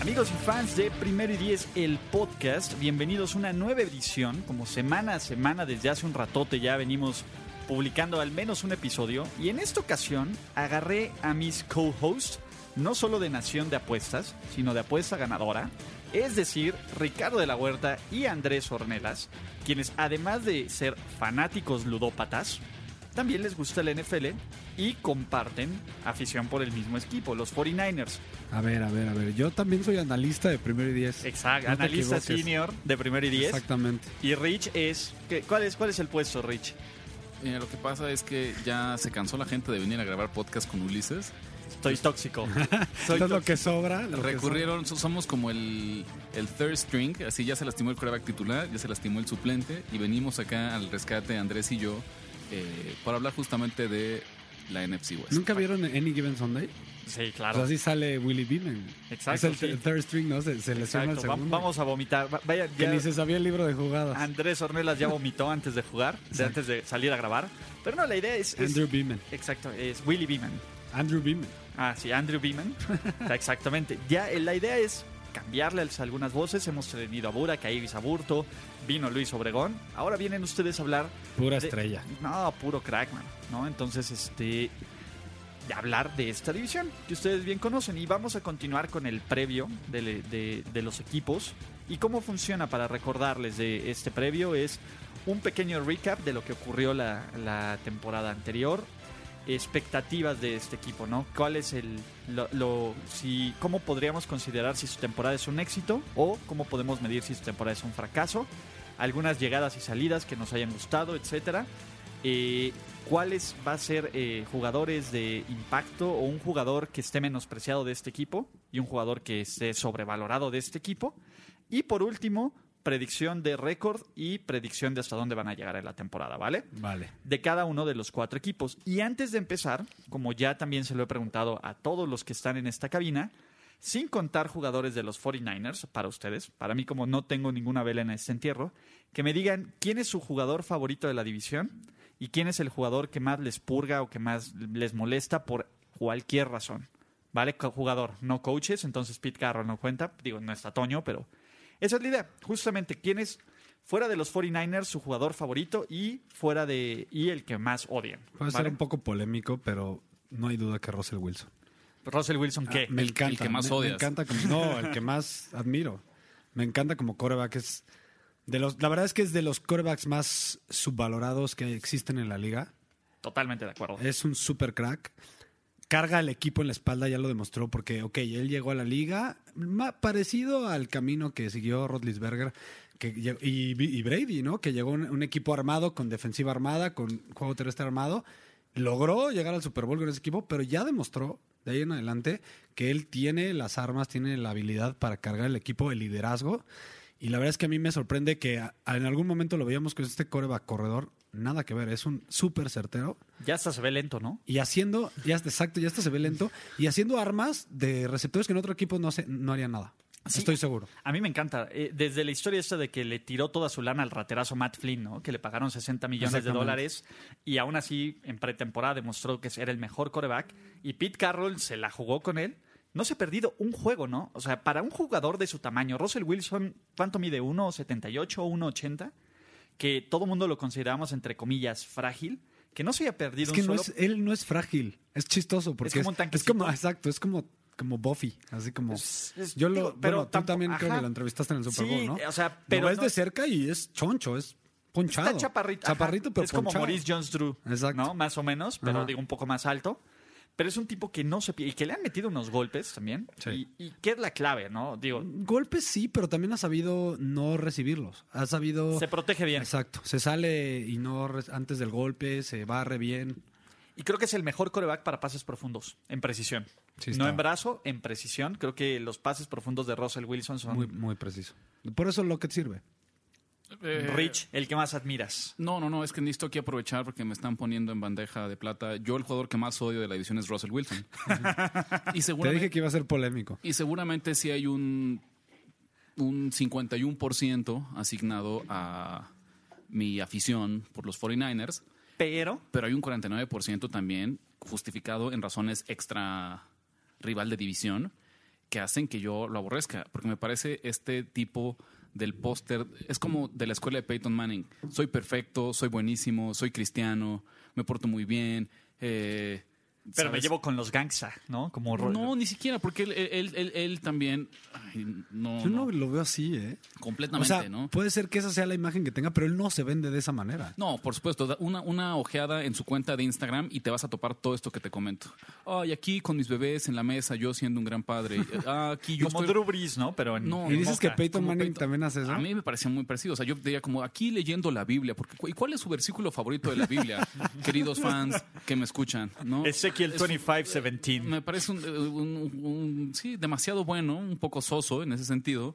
Amigos y fans de Primero y Diez, el podcast, bienvenidos a una nueva edición, como semana a semana, desde hace un ratote ya venimos publicando al menos un episodio, y en esta ocasión agarré a mis co-hosts, no solo de Nación de Apuestas, sino de Apuesta Ganadora, es decir, Ricardo de la Huerta y Andrés Ornelas, quienes además de ser fanáticos ludópatas, también les gusta el NFL y comparten afición por el mismo equipo, los 49ers. A ver, a ver, a ver. Yo también soy analista de primero y diez. Exacto, No te analista equivoques. senior de primero y diez. Exactamente. Y Rich es, ¿qué- ¿cuál es cuál es el puesto, Rich? Mira, Eh, lo que pasa es que ya se cansó la gente de venir a grabar podcast con Ulises. Estoy tóxico. Esto es lo que sobra. lo que Recurrieron, so- somos como el, el third string, así ya se lastimó el quarterback titular, ya se lastimó el suplente y venimos acá al rescate Andrés y yo eh, para hablar justamente de la NFC West. sobra. ¿Nunca vieron Any Given Sunday? Sí, O claro. sea, así sale Willie Beeman. Exacto, Es el sí. th- third string, ¿no? Se, se lesiona el Exacto, va- segundo. Vamos a vomitar. Va- Vaya, Que ya- ni se sabía el libro de jugadas. Andrés Ornelas ya vomitó antes de jugar, de antes de salir a grabar. Pero no, la idea es, es- Andrew Beeman. exacto, es Willy Beeman. Andrew Beeman. Ah, sí, Andrew Beeman. Está Exactamente. Ya eh, la idea es cambiarle al- algunas voces. Hemos tenido a Burak, a Iris Aburto, vino Luis Obregón. Ahora vienen ustedes a hablar Pura de- estrella. No, puro crack, man, ¿no? Entonces, este. De hablar de esta división que ustedes bien conocen. Y vamos a continuar con el previo de, le- de- de los equipos. Y cómo funciona para recordarles de este previo es un pequeño recap de lo que ocurrió la, la temporada anterior. Expectativas de este equipo, ¿no? ¿Cuál es el. Lo, lo- si, ¿Cómo podríamos considerar si su temporada es un éxito? ¿O cómo podemos medir si su temporada es un fracaso? Algunas llegadas y salidas que nos hayan gustado, etcétera eh, cuáles va a ser eh, jugadores de impacto o un jugador que esté menospreciado de este equipo y un jugador que esté sobrevalorado de este equipo. Y por último, predicción de récord y predicción de hasta dónde van a llegar en la temporada, ¿vale? Vale. de cada uno de los cuatro equipos. Y antes de empezar, como ya también se lo he preguntado a todos los que están en esta cabina, sin contar jugadores de los 49ers, para ustedes, para mí como no tengo ninguna vela en este entierro, que me digan quién es su jugador favorito de la división y quién es el jugador que más les purga o que más les molesta por cualquier razón. ¿Vale? Co- Jugador, no coaches, entonces Pete Carroll no cuenta, digo, no está Toño, pero esa es la idea. Justamente, quién es fuera de los 49ers su jugador favorito y fuera de y el que más odian. Puede ser ¿vale? un poco polémico, pero no hay duda que Russell Wilson. Russell Wilson qué? Ah, me encanta. que más me- me odias. encanta como- no, el que más admiro. Me encanta como coreback. Es de los, la verdad es que es de los corebacks más subvalorados que existen en la liga. Totalmente de acuerdo. Es un super crack. Carga al equipo en la espalda, ya lo demostró, porque, ok, él llegó a la liga ma- parecido al camino que siguió Rodlisberger que, lle- y, y Brady, ¿no? Que llegó un, un equipo armado, con defensiva armada, con juego terrestre armado. Logró llegar al Super Bowl con ese equipo, pero ya demostró, de ahí en adelante, que él tiene las armas, tiene la habilidad para cargar el equipo, el liderazgo. Y la verdad es que a mí me sorprende que a- en algún momento lo veíamos con este coreback corredor. Nada que ver, es un súper certero Ya hasta se ve lento, ¿no? y haciendo, ya está- exacto, ya hasta se ve lento, y haciendo armas de receptores que en otro equipo no, se, no haría nada. Sí. Estoy seguro. A mí me encanta. Eh, desde la historia esta de que le tiró toda su lana al raterazo Matt Flynn, ¿no? Que le pagaron 60 millones de Exactamente. dólares y aún así en pretemporada demostró que era el mejor coreback. Y Pete Carroll se la jugó con él. No se ha perdido un juego, ¿no? O sea, para un jugador de su tamaño, Russell Wilson, ¿cuánto mide? ¿1,78 o 1,80? Que todo mundo lo consideramos, entre comillas, frágil. Que no se haya perdido Es que un no solo... es, él no es frágil, es chistoso porque como un es como, es, tanquecito. como exacto, es como, como Buffy, así como Es- es- yo lo, digo, pero bueno, tú tampo- también creo ajá. que lo entrevistaste en el Super Sí, Bowl, ¿no? o sea, pero lo ves no- de cerca y es choncho, es ponchado, Está chaparrito. ajá. chaparrito pero Es como ponchado. Maurice Jones Drew. Exacto. ¿no? Más o menos, pero Ajá. digo un poco más alto. Pero es un tipo que no se pierde. Y que le han metido unos golpes también. Sí. Y, y que es la clave, ¿no? Digo, Golpes sí, pero también ha sabido no recibirlos, ha sabido se protege bien. Exacto, se sale y no re- antes del golpe, se barre bien. Y creo que es el mejor coreback para pases profundos, en precisión. Sí, no está. en brazo, en precisión. Creo que los pases profundos de Russell Wilson son Muy, muy preciso. Por eso Lockett sirve. Eh, Rich, el que más admiras. No, no, no, es que necesito aquí aprovechar porque me están poniendo en bandeja de plata. Yo el jugador que más odio de la división es Russell Wilson. y, Te seguramente, dije que iba a ser polémico. y seguramente sí hay un, un 51% asignado a mi afición por los 49ers, Pero pero hay un 49% también justificado en razones extra rival de división que hacen que yo lo aborrezca, porque me parece este tipo del póster, es como de la escuela de Peyton Manning, soy perfecto, soy buenísimo, soy cristiano, me porto muy bien. eh, Pero me ¿sabes? llevo con los gangsta, ¿no? Como ro- No, ni siquiera, porque él, él- él- él también... ay, no, Yo no no, lo veo así, ¿eh? O completamente, sea, ¿no? puede ser que esa sea la imagen que tenga, pero él no se vende de esa manera. No, por supuesto, da una, una ojeada en su cuenta de Instagram y te vas a topar todo esto que te comento. Ay, aquí con mis bebés en la mesa, yo siendo un gran padre. Ah, aquí yo como estoy- Drew Brees, ¿no? Pero en No, Y dices que Moca. Peyton como Manning Peyton- también hace eso. A mí me parecía muy parecido. O sea, yo diría como aquí leyendo la Biblia. Porque, cu- ¿Y cuál es su versículo favorito de la Biblia? Queridos fans que me escuchan, ¿no? Ezequiel Es un- 2517. me parece un, eh, un- un- sí, demasiado bueno, un poco soso en ese sentido.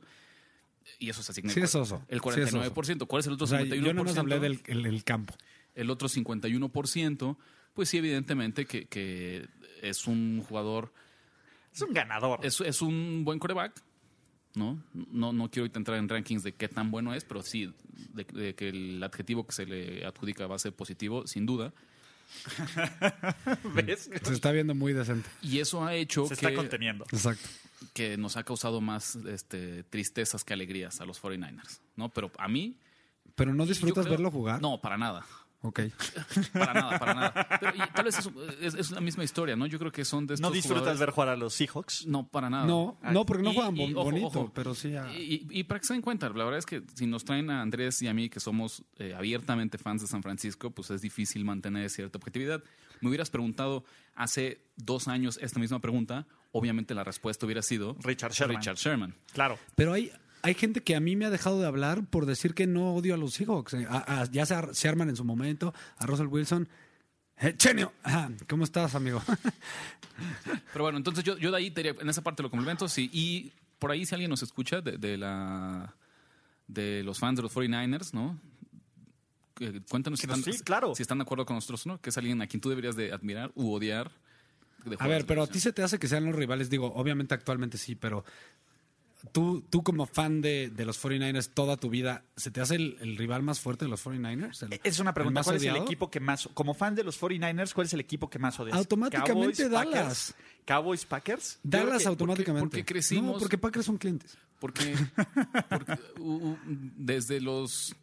Y eso se asigna Sí el- es soso. el Sí es soso. 49%. ¿Cuál es el otro O sea, 51%? yo no más hablé del el- el campo. el otro 51%, pues sí, evidentemente que, que es un jugador, Es un ganador. es, es un buen coreback, ¿no? No, no quiero ahorita entrar en rankings de qué tan bueno es, pero sí, de, de que el adjetivo que se le adjudica va a ser positivo, sin duda. ¿Ves? Se está viendo muy decente. Y eso ha hecho Se está que, conteniendo. Exacto. que nos ha causado más este, tristezas que alegrías a los 49ers, ¿no? Pero a mí... Pero no yo disfrutas creo- verlo jugar. No, para nada. Ok. Para nada, para nada. Pero, y tal vez es, es- es la misma historia, ¿no? Yo creo que son de estos ¿No disfrutas jugadores- ver jugar a los Seahawks? No, para nada. No, no, porque no Y- juegan y, bon- ojo, bonito, ojo. pero sí. ah. a- Y, y- y para que se den cuenta, la verdad es que si nos traen a Andrés y a mí, que somos eh, abiertamente fans de San Francisco, pues es difícil mantener cierta objetividad. Me hubieras preguntado hace dos años esta misma pregunta, obviamente la respuesta hubiera sido Richard Sherman. Richard Sherman. Claro. Pero hay, hay gente que a mí me ha dejado de hablar por decir que no odio a los Seahawks. Eh, a- a- ya se, ar- se arman en su momento a Russell Wilson. Eh, Chenio, Ah, ¿cómo estás, amigo? Pero bueno, entonces yo, yo de ahí, te diría, en esa parte lo complemento, sí. Y por ahí si alguien nos escucha de, de la de los fans de los 49ers, ¿no? Eh, Cuéntanos si Que nos- están, sí, claro. si están de acuerdo con nosotros, ¿no? Que es alguien a quien tú deberías de admirar u odiar. de a jugar ver, pero a televisión. ti se te hace que sean los rivales. Digo, obviamente actualmente sí, pero tú, tú como fan de, de los 49ers toda tu vida, ¿se te hace el, el rival más fuerte de los 49ers? ¿El- Es una el pregunta. más ¿Cuál es el odiado? equipo que más... Como fan de los 49ers, ¿cuál es el equipo que más odias? Automáticamente Cowboys, Dallas. Packers. Cowboys, Packers. Yo creo Dallas que- automáticamente. porque- porque crecimos- No, porque Packers son clientes. Porque, porque, uh, uh, desde los.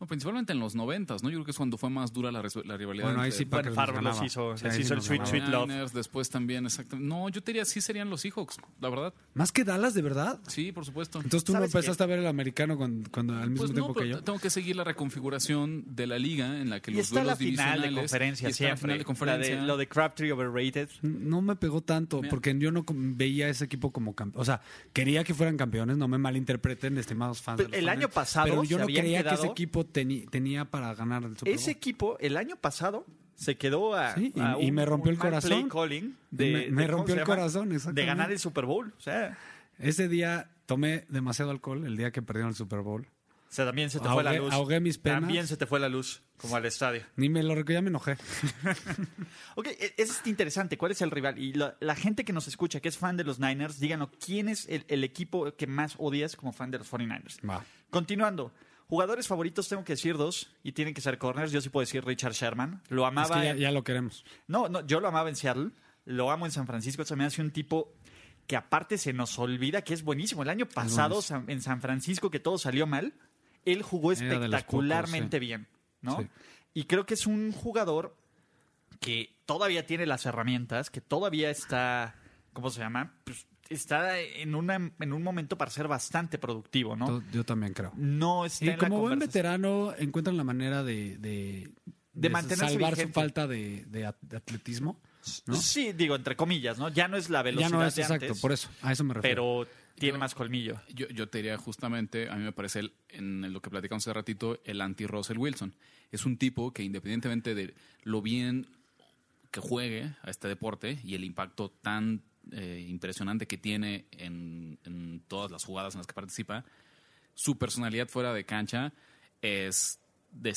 no, principalmente en los noventas, ¿no? Yo creo que es cuando fue más dura la, res- la rivalidad. Bueno, ahí entre sí Bueno, Packers Favre nos los ganaba. hizo, Sí, les ahí hizo sí el nos sweet, ganaba. sweet love. 49ers, después también, exactamente. No, yo te diría, sí serían los Seahawks, la verdad. Más que Dallas, de verdad. Sí, por supuesto. Entonces tú no ¿Sabes qué? empezaste a ver el americano cuando, cuando- al mismo Pues no, tiempo que pero yo. tengo que seguir la reconfiguración de la liga en la que Y los está la duelos final de divisionales- conferencia y está la siempre. final de conferencia. La de- lo de Crabtree overrated. No me pegó tanto, Mira. porque yo no com- veía a ese equipo como campeón. O sea, quería que fueran campeones, no me malinterpreten, estimados fans. de Pero los el año 49ers, pasado Pero yo se no habían creía que quedado- ese equipo teni- tenía para ganar el Super Bowl. Ese equipo, el año pasado, se quedó a. Sí, y- a y me rompió el mal play corazón. calling de- Me- de- me ¿cómo rompió se el llama? corazón, De exactamente. ganar el Super Bowl. O sea, Ese día tomé demasiado alcohol, el día que perdieron el Super Bowl. o sea, también se te fue Ahogué- la luz. ahogué mis penas. También se te fue la luz, como al estadio. Ni me lo recuerdo, ya me enojé. Ok, e- es este interesante. ¿Cuál es el rival? Y la, la gente que nos escucha, que es fan de los Niners, díganos quién es el, el equipo que más odias como fan de los 49ers. Va. Continuando. Jugadores favoritos, tengo que decir dos, y tienen que ser corners. Yo sí puedo decir Richard Sherman. Lo Es amaba. que ya, en- ya lo queremos. No, no, yo lo amaba en Seattle, lo amo en San Francisco, se me hace un tipo que aparte se nos olvida que es buenísimo. El año pasado San- en San Francisco, que todo salió mal, él jugó Era de los pocos, espectacularmente bien, ¿no? Sí. Y creo que es un jugador que todavía tiene las herramientas, que todavía está, ¿cómo se llama? Pues, está en, una, en un momento para ser bastante productivo, ¿no? To- Yo también creo. No está Y en como la buen conversación. veterano, encuentran la manera de, de, De mantenerse salvar su vigente. falta de, de at- de atletismo. ¿no? Sí, digo, entre comillas, ¿no? Ya no es la Ya velocidad no es de exacto, antes, por eso. A eso me refiero. pero tiene más colmillo. Yo, yo te diría justamente, a mí me parece el- en lo que platicamos hace ratito, el anti-Russell Wilson. Es un tipo que independientemente de lo bien que juegue a este deporte y el impacto tan eh, impresionante que tiene en, en todas las jugadas en las que participa, su personalidad fuera de cancha es de mm,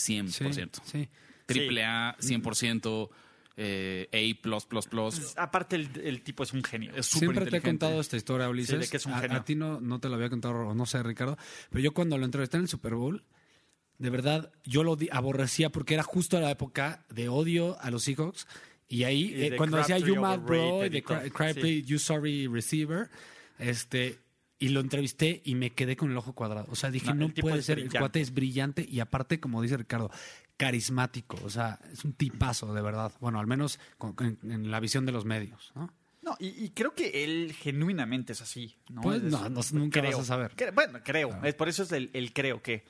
100%. sí. Triple A, 100%, eh, A++. Aparte, el, el tipo es un genio. Es súper Siempre te he inteligente. contado esta historia, Ulises. Sí, de que es un a, genio. a ti no, no te la había contado, o no sé, Ricardo. Pero yo cuando lo entrevisté en el Super Bowl, de verdad, yo lo di- aborrecía porque era justo la época de odio a los Seahawks. Y Y ahí, eh, de cuando decía Crabtree You Mad Bro, overrated y de y todo. Cra- Crabtree, You Sorry Receiver, este, y lo entrevisté y me quedé con el ojo cuadrado. O sea, dije, No, no, el tipo puede es ser, brillante. el cuate es brillante y aparte, como dice Ricardo, carismático. O sea, es un tipazo, de verdad. Bueno, al menos con- con- en la visión de los medios, ¿no? No, y, y creo que él genuinamente es así. ¿no? Pues, Es- no, no, nunca vas a saber. Ah. Cre- bueno, creo. Es por eso es el, el creo que.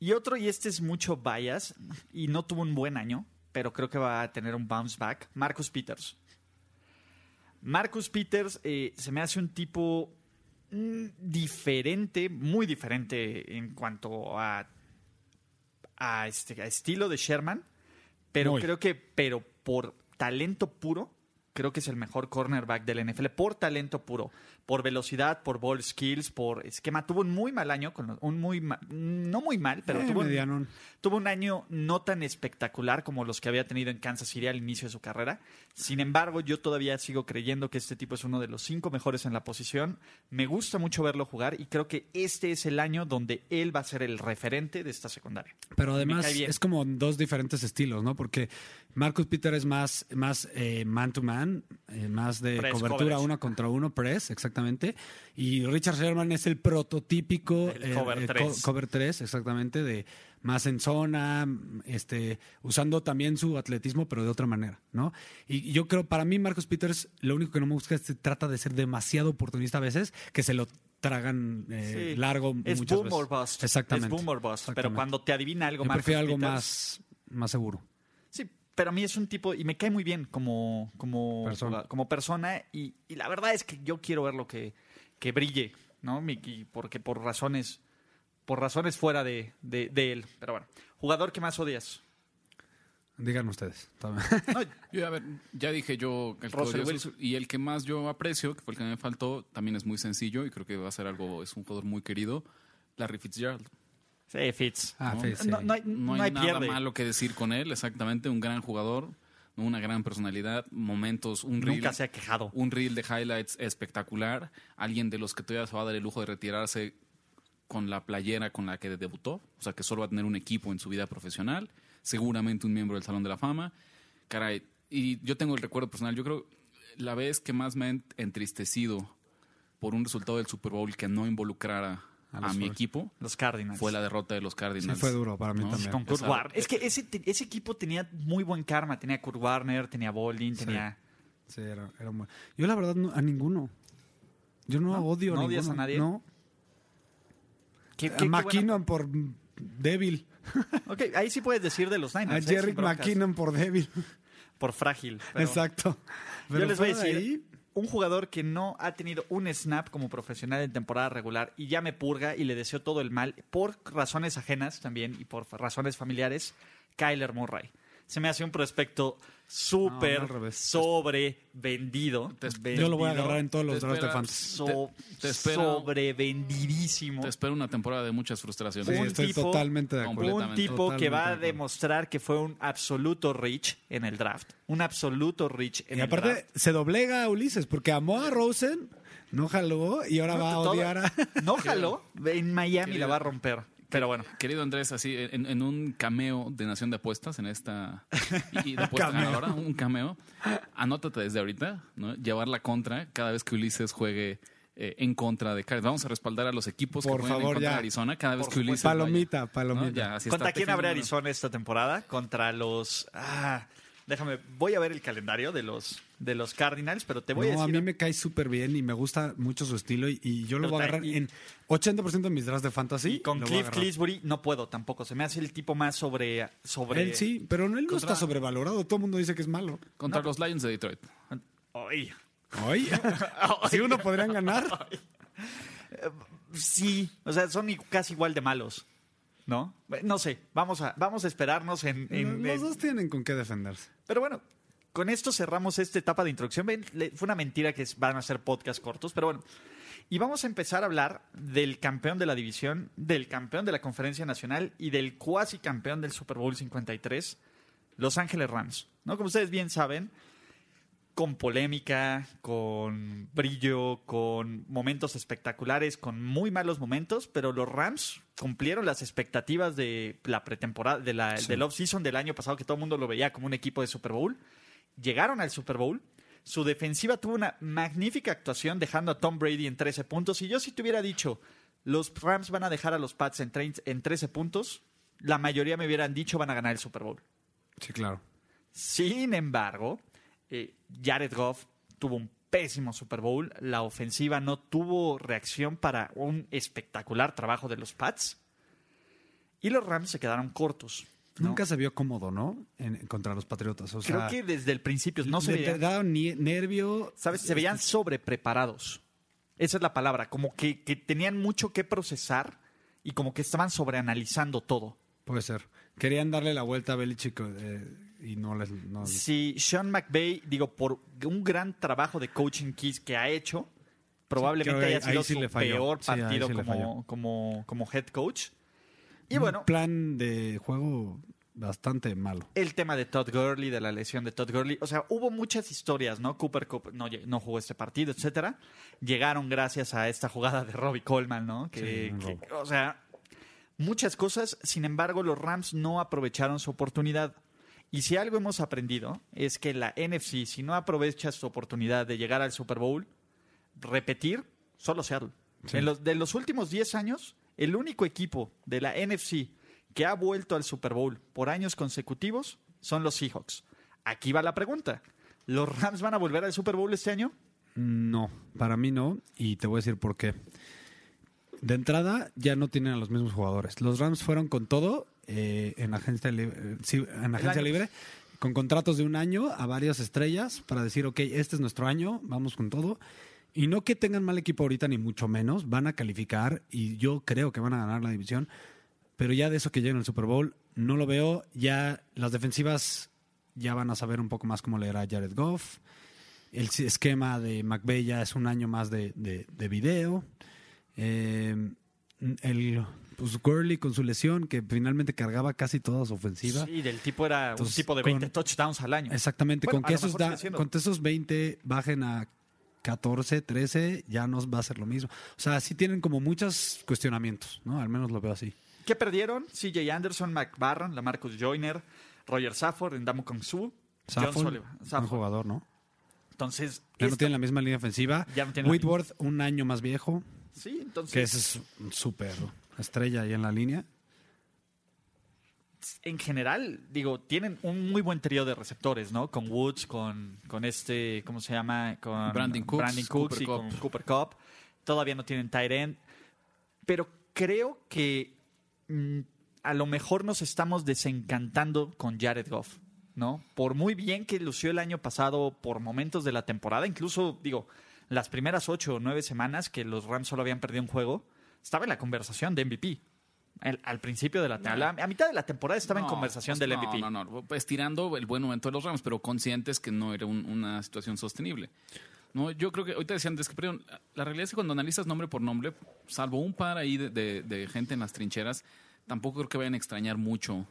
Y otro, y este es mucho bias, y no tuvo un buen año, pero creo que va a tener un bounce back. Marcus Peters. Marcus Peters eh, se me hace un tipo mm, diferente, muy diferente en cuanto a, a, este, a estilo de Sherman, pero Muy. creo que, pero por talento puro, creo que es el mejor cornerback del NFL, por talento puro, por velocidad, por ball skills, por esquema. Tuvo un muy mal año, con los- un muy ma- no muy mal, pero Eh, tuvo, un, medianón. tuvo un año no tan espectacular como los que había tenido en Kansas City al inicio de su carrera. Sin embargo, yo todavía sigo creyendo que este tipo es uno de los cinco mejores en la posición. Me gusta mucho verlo jugar y creo que este es el año donde él va a ser el referente de esta secundaria. Pero Me además cae bien. es como dos diferentes estilos, ¿no? Porque Marcus Peter es más más eh, man to man, eh, más de Press cobertura coverage. uno contra uno, press, exactamente. Y Richard Sherman es el prototípico eh, El cover co- tres. cover 3, exactamente, de más en zona, este, usando también su atletismo, pero de otra manera, ¿no? Y yo creo, para mí, Marcus Peters, lo único que no me gusta es que trata de ser demasiado oportunista a veces, que se lo tragan eh, Sí. largo es muchas boom or veces. bust. Exactamente. Es boom or bust. Pero Exactamente. cuando te adivina algo Yo Marcus prefiero algo Peters- más, más seguro. Sí, pero a mí es un tipo y me cae muy bien como, como Persona. como persona y, y la verdad es que yo quiero verlo que, que brille, ¿no? Mickey? Porque por razones por razones fuera de, de- de él. Pero bueno, jugador que más odias. Díganme ustedes. No, Yo, a ver, ya dije yo el que Russell odio es- Wilson. y el que más yo aprecio, que fue el que me faltó, también es muy sencillo y creo que va a ser algo, es un jugador muy querido, Larry Fitzgerald. sí, Fitz. Ah, No, Fede, sí. No, no hay, No hay, Mm, no hay nada pierde. malo que decir con él, exactamente, un gran jugador, una gran personalidad, momentos, un reel, Nunca se ha quejado. un reel de highlights espectacular, alguien de los que todavía se va a dar el lujo de retirarse con la playera con la que debutó, o sea que solo va a tener un equipo en su vida profesional, seguramente un miembro del Salón de la Fama. Caray, y yo tengo el recuerdo personal, yo creo la vez que más me he entristecido por un resultado del Super Bowl que no involucrara A a, los mi Forty- equipo Los Cardinals. fue la derrota de los Cardinals. fue duro para mí ¿No? también. con Kurt Esa- Warner. Es que ese, te- ese equipo tenía muy buen karma. Tenía a Kurt Warner, tenía a Bolin, Sí. tenía... Sí, era, era muy- Yo la verdad no- a ninguno. Yo no, odio ¿No a ninguno. odias a nadie? No. ¿Qué- qué- A qué buena- McKinnon por mm, débil. Ok, ahí sí puedes decir de los Niners. A ¿eh? Jerry Sin broncas. McKinnon por débil. Por frágil. pero- Exacto. Pero Yo les voy a fuera de decir, ahí, un jugador que no ha tenido un snap como profesional en temporada regular y ya me purga y le deseo todo el mal por razones ajenas también y por razones familiares, Kyler Murray. Se me hace un prospecto No, no, al súper revés. sobrevendido. Te- yo lo voy a agarrar en todos los Te drafts de espera- fantasy. So- te espero- sobrevendidísimo. Te espero una temporada de muchas Sí, frustraciones. un estoy tipo- totalmente de acuerdo. Un tipo que Totalmente va a de acuerdo. demostrar que fue un absoluto rich en el draft. Un absoluto rich en Y el aparte draft. se doblega a Ulises porque amó a Rosen, no jaló y ahora va a Todo- odiar a... No jaló, en Miami Querido. la va a romper. Pero bueno, Querido Andrés, así en, en un cameo de Nación de Apuestas, en esta y, y de apuesta Cameo. ganadora, un cameo, anótate desde ahorita, ¿no? llevar la contra cada vez que Ulises juegue eh, en contra de Cardinals. Vamos a respaldar a los equipos Por que jueguen favor, en contra ya. de Arizona cada vez Por que Ulises. supuesto. vaya, Palomita, ¿no? palomita. así ¿contra está quién habrá tejiendo Arizona esta temporada? Contra los. ah, déjame, voy a ver el calendario de los, de los Cardinals, pero te voy no, a a decir. mí me cae súper bien y me gusta mucho su estilo y, y yo lo Pero voy a ta- agarrar y- en 80% de mis drafts de fantasy. y con lo voy a Cliff agarrar. Clisbury no puedo tampoco. Se me hace el tipo más sobre. sobre Él sí, pero él no Contra- está sobrevalorado. Todo el mundo dice que es malo. Contra pues los Lions de Detroit. Ay, Hoy, si uno podrían ganar. sí, o sea, son i- casi igual de malos. ¿No? No sé, vamos a, vamos a esperarnos en. en- Los en- dos tienen con qué defenderse. Pero bueno, con esto cerramos esta etapa de introducción. Ven, le- Fue una mentira que es- van a ser podcasts cortos, pero bueno. Y vamos a empezar a hablar del campeón de la división, del campeón de la conferencia nacional y del cuasi campeón del Super Bowl 53, Los Ángeles Rams. ¿No? Como ustedes bien saben, con polémica, con brillo, con momentos espectaculares, con muy malos momentos, pero los Rams cumplieron las expectativas de la pretemporada, de la, del off-season del año pasado, que todo el mundo lo veía como un equipo de Super Bowl. Llegaron al Super Bowl. Su defensiva tuvo una magnífica actuación, dejando a Tom Brady en 13 puntos. Y yo, si te hubiera dicho, los Rams van a dejar a los Pats en, trein- en 13 puntos, la mayoría me hubieran dicho van a ganar el Super Bowl. Sí, claro. Sin embargo, eh, Jared Goff tuvo un pésimo Super Bowl. La ofensiva no tuvo reacción para un espectacular trabajo de los Pats. Y los Rams se quedaron cortos. ¿no? Nunca se vio cómodo, ¿no? En, contra los Patriotas. O sea, Creo que desde el principio no se le- te veían, da un nie- nervio. ¿sabes? Se veían sobrepreparados. Esa es la palabra. Como que, que tenían mucho que procesar y como que estaban sobreanalizando todo. Puede ser. Querían darle la vuelta a Belichick eh, y no les. no- Si Sean McVay, digo, por un gran trabajo de coaching keys que ha hecho, probablemente creo que haya ahí sido sí su le falló. peor Sí, ahí sí partido le como, falló. como, como head coach. Y un bueno, plan de juego bastante malo. el tema de Todd Gurley, de la lesión de Todd Gurley. O sea, hubo muchas historias, ¿no? Cooper Cup no, lle- no jugó este partido, etcétera. Llegaron gracias a esta jugada de Robbie Coleman, ¿no? Que, Sí, un que- robo. o sea, muchas cosas. Sin embargo, los Rams no aprovecharon su oportunidad. Y si algo hemos aprendido es que la NFC, si no aprovechas tu oportunidad de llegar al Super Bowl, repetir, solo Seattle. Sí. En los, de los últimos 10 años, el único equipo de la NFC que ha vuelto al Super Bowl por años consecutivos son los Seahawks. Aquí va la pregunta. ¿Los Rams van a volver al Super Bowl este año? No, para mí no, y te voy a decir por qué. De entrada, ya no tienen a los mismos jugadores. Los Rams fueron con todo eh, en agencia, lib- eh, sí, en agencia año. libre, con contratos de un año a varias estrellas para decir, ok, este es nuestro año, vamos con todo. Y no que tengan mal equipo ahorita, ni mucho menos, van a calificar y yo creo que van a ganar la división. Pero ya de eso que lleguen al Super Bowl, no lo veo. Ya las defensivas ya van a saber un poco más cómo leer a Jared Goff. El si- esquema de McVeigh ya es un año más de, de- de video. Eh, el pues, Gurley con su lesión, que finalmente cargaba casi toda su ofensiva. Sí, del tipo era un Entonces, tipo de 20 con- touchdowns al año. Exactamente, Bueno, con, a que lo esos mejor da- sigue siendo. con que esos 20 bajen a 14, 13, ya nos va a ser lo mismo. O sea, sí tienen como muchos cuestionamientos, ¿no? Al menos lo veo así. ¿Qué perdieron? CJ Anderson, McBarron, Lamarcus Joyner, Roger Safford, Endamu Kong Su, John Saffold, Sullivan. un Safford. jugador, ¿no? Entonces, Ya no esto- tiene la misma línea ofensiva. Ya no tiene la Whitworth, un año más viejo, sí, entonces que ese es un súper estrella ahí en la línea. en general, digo, tienen un muy buen trío de receptores, ¿no? Con Woods, con, con este, ¿cómo se llama? Con Brandon Cooks, Cooks Cooper y Kupp. con Cooper Cup. Todavía no tienen tight end. Pero creo que mm, a lo mejor nos estamos desencantando con Jared Goff, ¿no? Por muy bien que lució el año pasado por momentos de la temporada, incluso, digo, las primeras ocho o nueve semanas que los Rams solo habían perdido un juego, estaba en la conversación de MVP. El- al principio de la temporada, a mitad de la temporada estaba en No, conversación pues, del no, MVP. No, no, Estirando el buen momento de los Rams, pero conscientes que no era un- una situación sostenible. No, yo creo que ahorita decía antes que perdieron. La realidad es que cuando analizas nombre por nombre, salvo un par ahí de, de- de gente en las trincheras, tampoco creo que vayan a extrañar mucho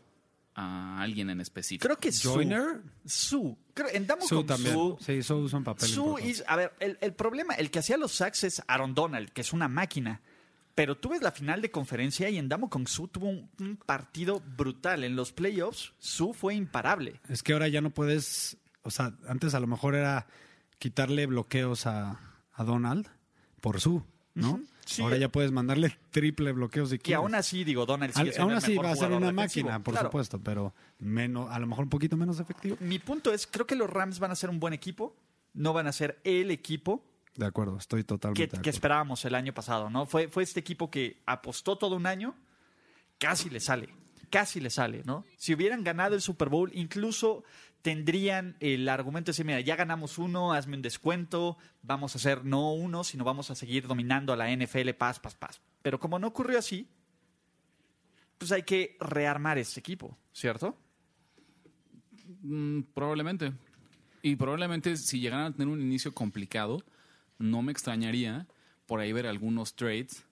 a alguien en específico. Creo que Su. Joyner. Su. Creo, en Damo Su con también. Su. Sí, Su usa un papel. Su importante. is- a ver, el, el problema, el que hacía los sacks es Aaron Donald, que es una máquina. Pero tú ves la final de conferencia y en Damo con Su tuvo un, un partido brutal. En los playoffs, Su fue imparable. Es que ahora ya no puedes. O sea, antes a lo mejor era quitarle bloqueos a, a Donald por Su, ¿no? sí. Ahora ya puedes mandarle triple bloqueo si Que quieres. aún así, digo, Donald sigue Al- siendo aún el así mejor va a ser jugador una defensivo. máquina, por Claro. supuesto, pero menos, a lo mejor un poquito menos efectivo. Mi punto es, creo que los Rams van a ser un buen equipo. No van a ser el equipo De acuerdo, estoy totalmente. que, de que acuerdo. esperábamos el año pasado, ¿no? Fue, fue este equipo que apostó todo un año, casi le sale, casi le sale, ¿no? Si hubieran ganado el Super Bowl, incluso tendrían el argumento de decir, mira, ya ganamos uno, hazme un descuento, vamos a hacer no uno, sino vamos a seguir dominando a la NFL, paz, paz, paz. Pero como no ocurrió así, pues hay que rearmar este equipo, ¿cierto? Mm, probablemente. Y probablemente si llegaran a tener un inicio complicado, no me extrañaría por ahí ver algunos trades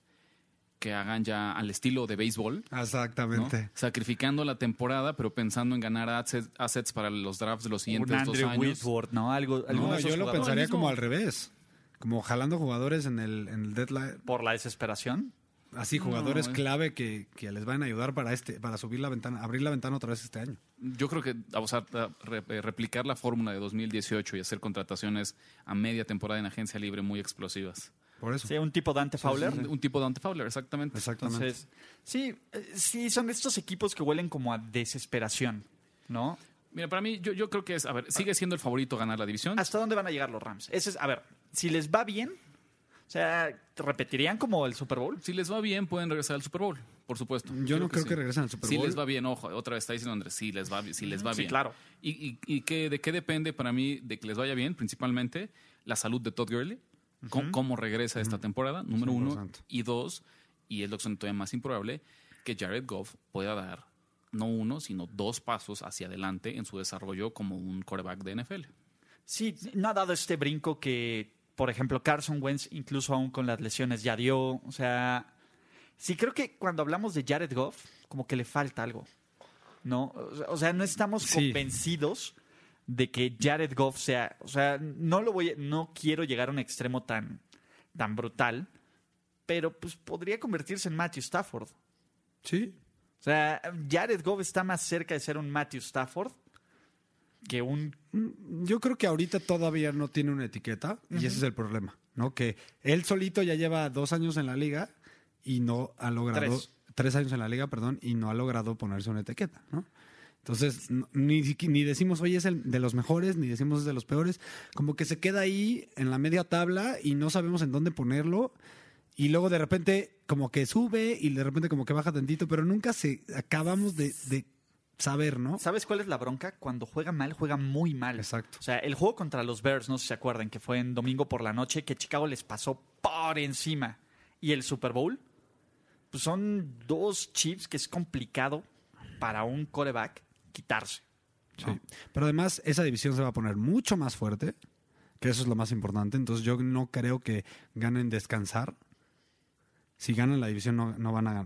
que hagan ya al estilo de béisbol, ¿no? Exactamente. sacrificando la temporada, pero pensando en ganar assets, assets para los drafts de los siguientes Un dos Andrew años. Whitworth, ¿no? Algo, alguno No, de esos yo lo jugadores. pensaría mismo. como al revés. Como jalando jugadores en el, en el deadline. Por la desesperación. Así, jugadores No, eh. clave que, que les van a ayudar para este, para subir la ventana, abrir la ventana otra vez este año. Yo creo que ah, o sea, a re- eh, replicar la fórmula de 2018 y hacer contrataciones a media temporada en agencia libre muy explosivas. Por eso. Sí, un tipo Dante Fowler. Un, un tipo Dante Fowler, exactamente. Exactamente. Entonces, sí, eh, sí, son estos equipos que huelen como a desesperación, ¿no? Mira, para mí, yo, yo creo que es, a ver, sigue siendo el favorito ganar la división. ¿Hasta dónde van a llegar los Rams? Ese es, a ver, si les va bien, o sea, ¿repetirían como el Super Bowl? Si les va bien, pueden regresar al Super Bowl, por supuesto. Yo no creo que regresen al Super Si Bowl. les va bien, ojo, otra vez está diciendo Andrés, si les va, bi- si les va Sí, bien. claro. ¿Y, y, y qué- de qué depende para mí de que les vaya bien? Principalmente la salud de Todd Gurley, co- cómo, regresa esta temporada, número muy uno. importante. Y dos, y es lo que son todavía más improbable, que Jared Goff pueda dar no uno, sino dos pasos hacia adelante en su desarrollo como un quarterback de NFL. Sí, no ha dado este brinco que, por ejemplo, Carson Wentz, incluso aún con las lesiones, ya dio. O sea, sí creo que cuando hablamos de Jared Goff, como que le falta algo, ¿no? O sea- O sea, no estamos Sí. convencidos de que Jared Goff sea, o sea, no lo voy, a- no quiero llegar a un extremo tan, tan brutal, pero pues podría convertirse en Matthew Stafford. Sí. O sea, Jared Goff está más cerca de ser un Matthew Stafford que un Mm, Yo creo que ahorita todavía no tiene una etiqueta y ese es el problema, ¿no? Que él solito ya lleva dos años en la liga y no ha logrado. Tres. Tres, años en la liga, perdón, y no ha logrado ponerse una etiqueta, ¿no? Entonces, no- ni, siqui- ni decimos, oye, es el de los mejores, ni decimos es de los peores. Como que se queda ahí en la media tabla y no sabemos en dónde ponerlo. Y luego de repente, como que sube y de repente, como que baja tantito, pero nunca se acabamos de, de saber, ¿no? ¿Sabes cuál es la bronca? Cuando juega mal, juega muy mal. Exacto. O sea, el juego contra los Bears, no sé si se acuerdan, que fue en domingo por la noche, que Chicago les pasó por encima. Y el Super Bowl, pues son dos chips que es complicado para un coreback quitarse. Sí. Pero además, esa división se va a poner mucho más fuerte, que eso es lo más importante. Entonces, yo no creo que ganen descansar. Si ganan la división, no, no van a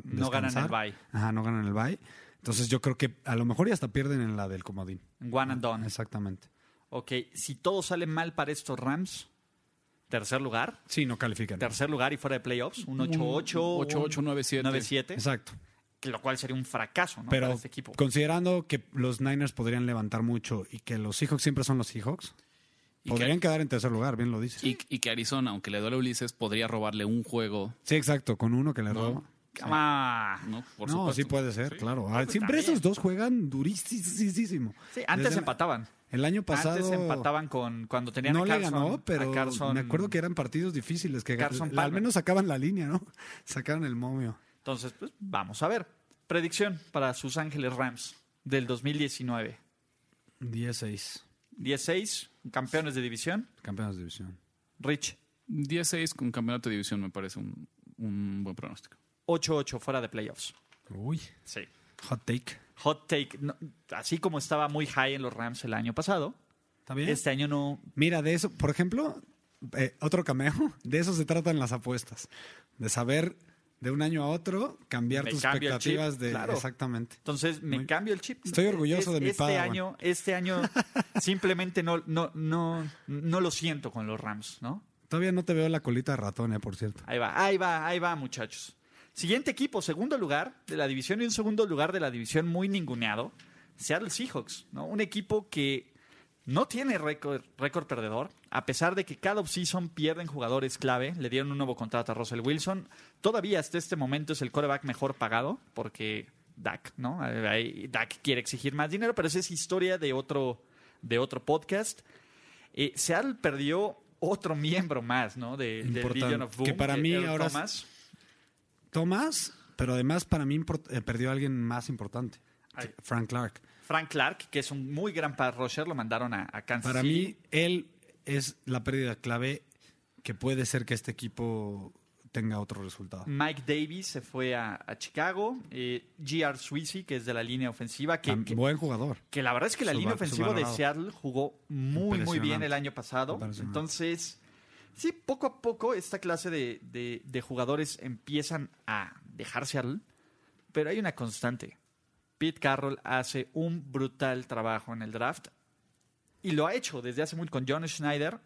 No descansar. ganan el bye. Ajá, no ganan el bye. Entonces, yo creo que a lo mejor ya hasta pierden en la del comodín. One and done. Exactamente. Ok, si todo sale mal para estos Rams, tercer lugar. Sí, no califican. Tercer lugar y fuera de playoffs, un 8-8. Un 8-8, un 9-7. 9-7, Exacto. Lo cual sería un fracaso ¿no? Pero para este equipo. considerando que los Niners podrían levantar mucho y que los Seahawks siempre son los Seahawks, Y podrían que, quedar en tercer lugar, bien lo dices. y, y que Arizona, aunque le duele a Ulises, podría robarle un juego, Sí, exacto, con uno que le No. roba. Come on. ¿no? Por no, supuesto. sí puede ser, Sí. pues claro. Ah, Siempre también. esos dos juegan durísimo. Sí, antes Desde- empataban. El año pasado Antes empataban con cuando tenían no a le Carson, ganó, pero a Carson. me acuerdo que eran partidos difíciles que Carson al- al Palmer. menos sacaban la línea, ¿no? Sacaron el momio. Entonces, pues vamos a ver. Predicción para sus Ángeles Rams del 2019. 16 16 campeones de división. campeones de división. Rich 16 con campeonato de división me parece un, un buen pronóstico. 8-8 fuera de playoffs. Uy, Sí. hot take. Hot take, no, así como estaba muy high en los Rams el año pasado, ¿Está bien? este año no Mira, de eso, por ejemplo, eh, otro cameo, de eso se tratan las apuestas. De saber de un año a otro cambiar Me tus cambio el chip, expectativas de claro. exactamente. Entonces me Muy- cambio el chip. Estoy orgulloso de mi este Padawan. año, este año simplemente no, no, no, no lo siento con los Rams, ¿no? Todavía no te veo la colita de ratón, eh, por cierto. Ahí va, ahí va, ahí va, muchachos. Siguiente equipo, segundo lugar de la división y un segundo lugar de la división muy ninguneado, Seattle Seahawks, ¿no? Un equipo que no tiene récord, récord perdedor, a pesar de que cada offseason pierden jugadores clave, le dieron un nuevo contrato a Russell Wilson, todavía hasta este momento es el coreback mejor pagado, porque Dak, ¿no? Ahí Dak quiere exigir más dinero, pero esa es historia de otro, de otro podcast. Eh, Seattle perdió otro miembro más, ¿no? De, del Importante, Legion of Boom, eh, que para mí Earl ahora es- Thomas. Tomás, pero además para mí import- eh, perdió a alguien más importante, Ay. Frank Clark. Frank Clark, que es un muy gran pass rusher, lo mandaron a, a Kansas Para City. mí, él es la pérdida clave que puede ser que este equipo tenga otro resultado. Mike Davis se fue a, a Chicago. Eh, G.R. Sweezy, que es de la línea ofensiva, que, Tan que- buen jugador. que la verdad es que la Suba- línea ofensiva de subvalorado. Seattle jugó muy, muy bien Impresionante. el año pasado. Impresionante. Entonces, sí, poco a poco esta clase de, de- de jugadores empiezan a dejar Seattle, pero hay una constante. Pete Carroll hace un brutal trabajo en el draft y lo ha hecho desde hace mucho con John Schneider.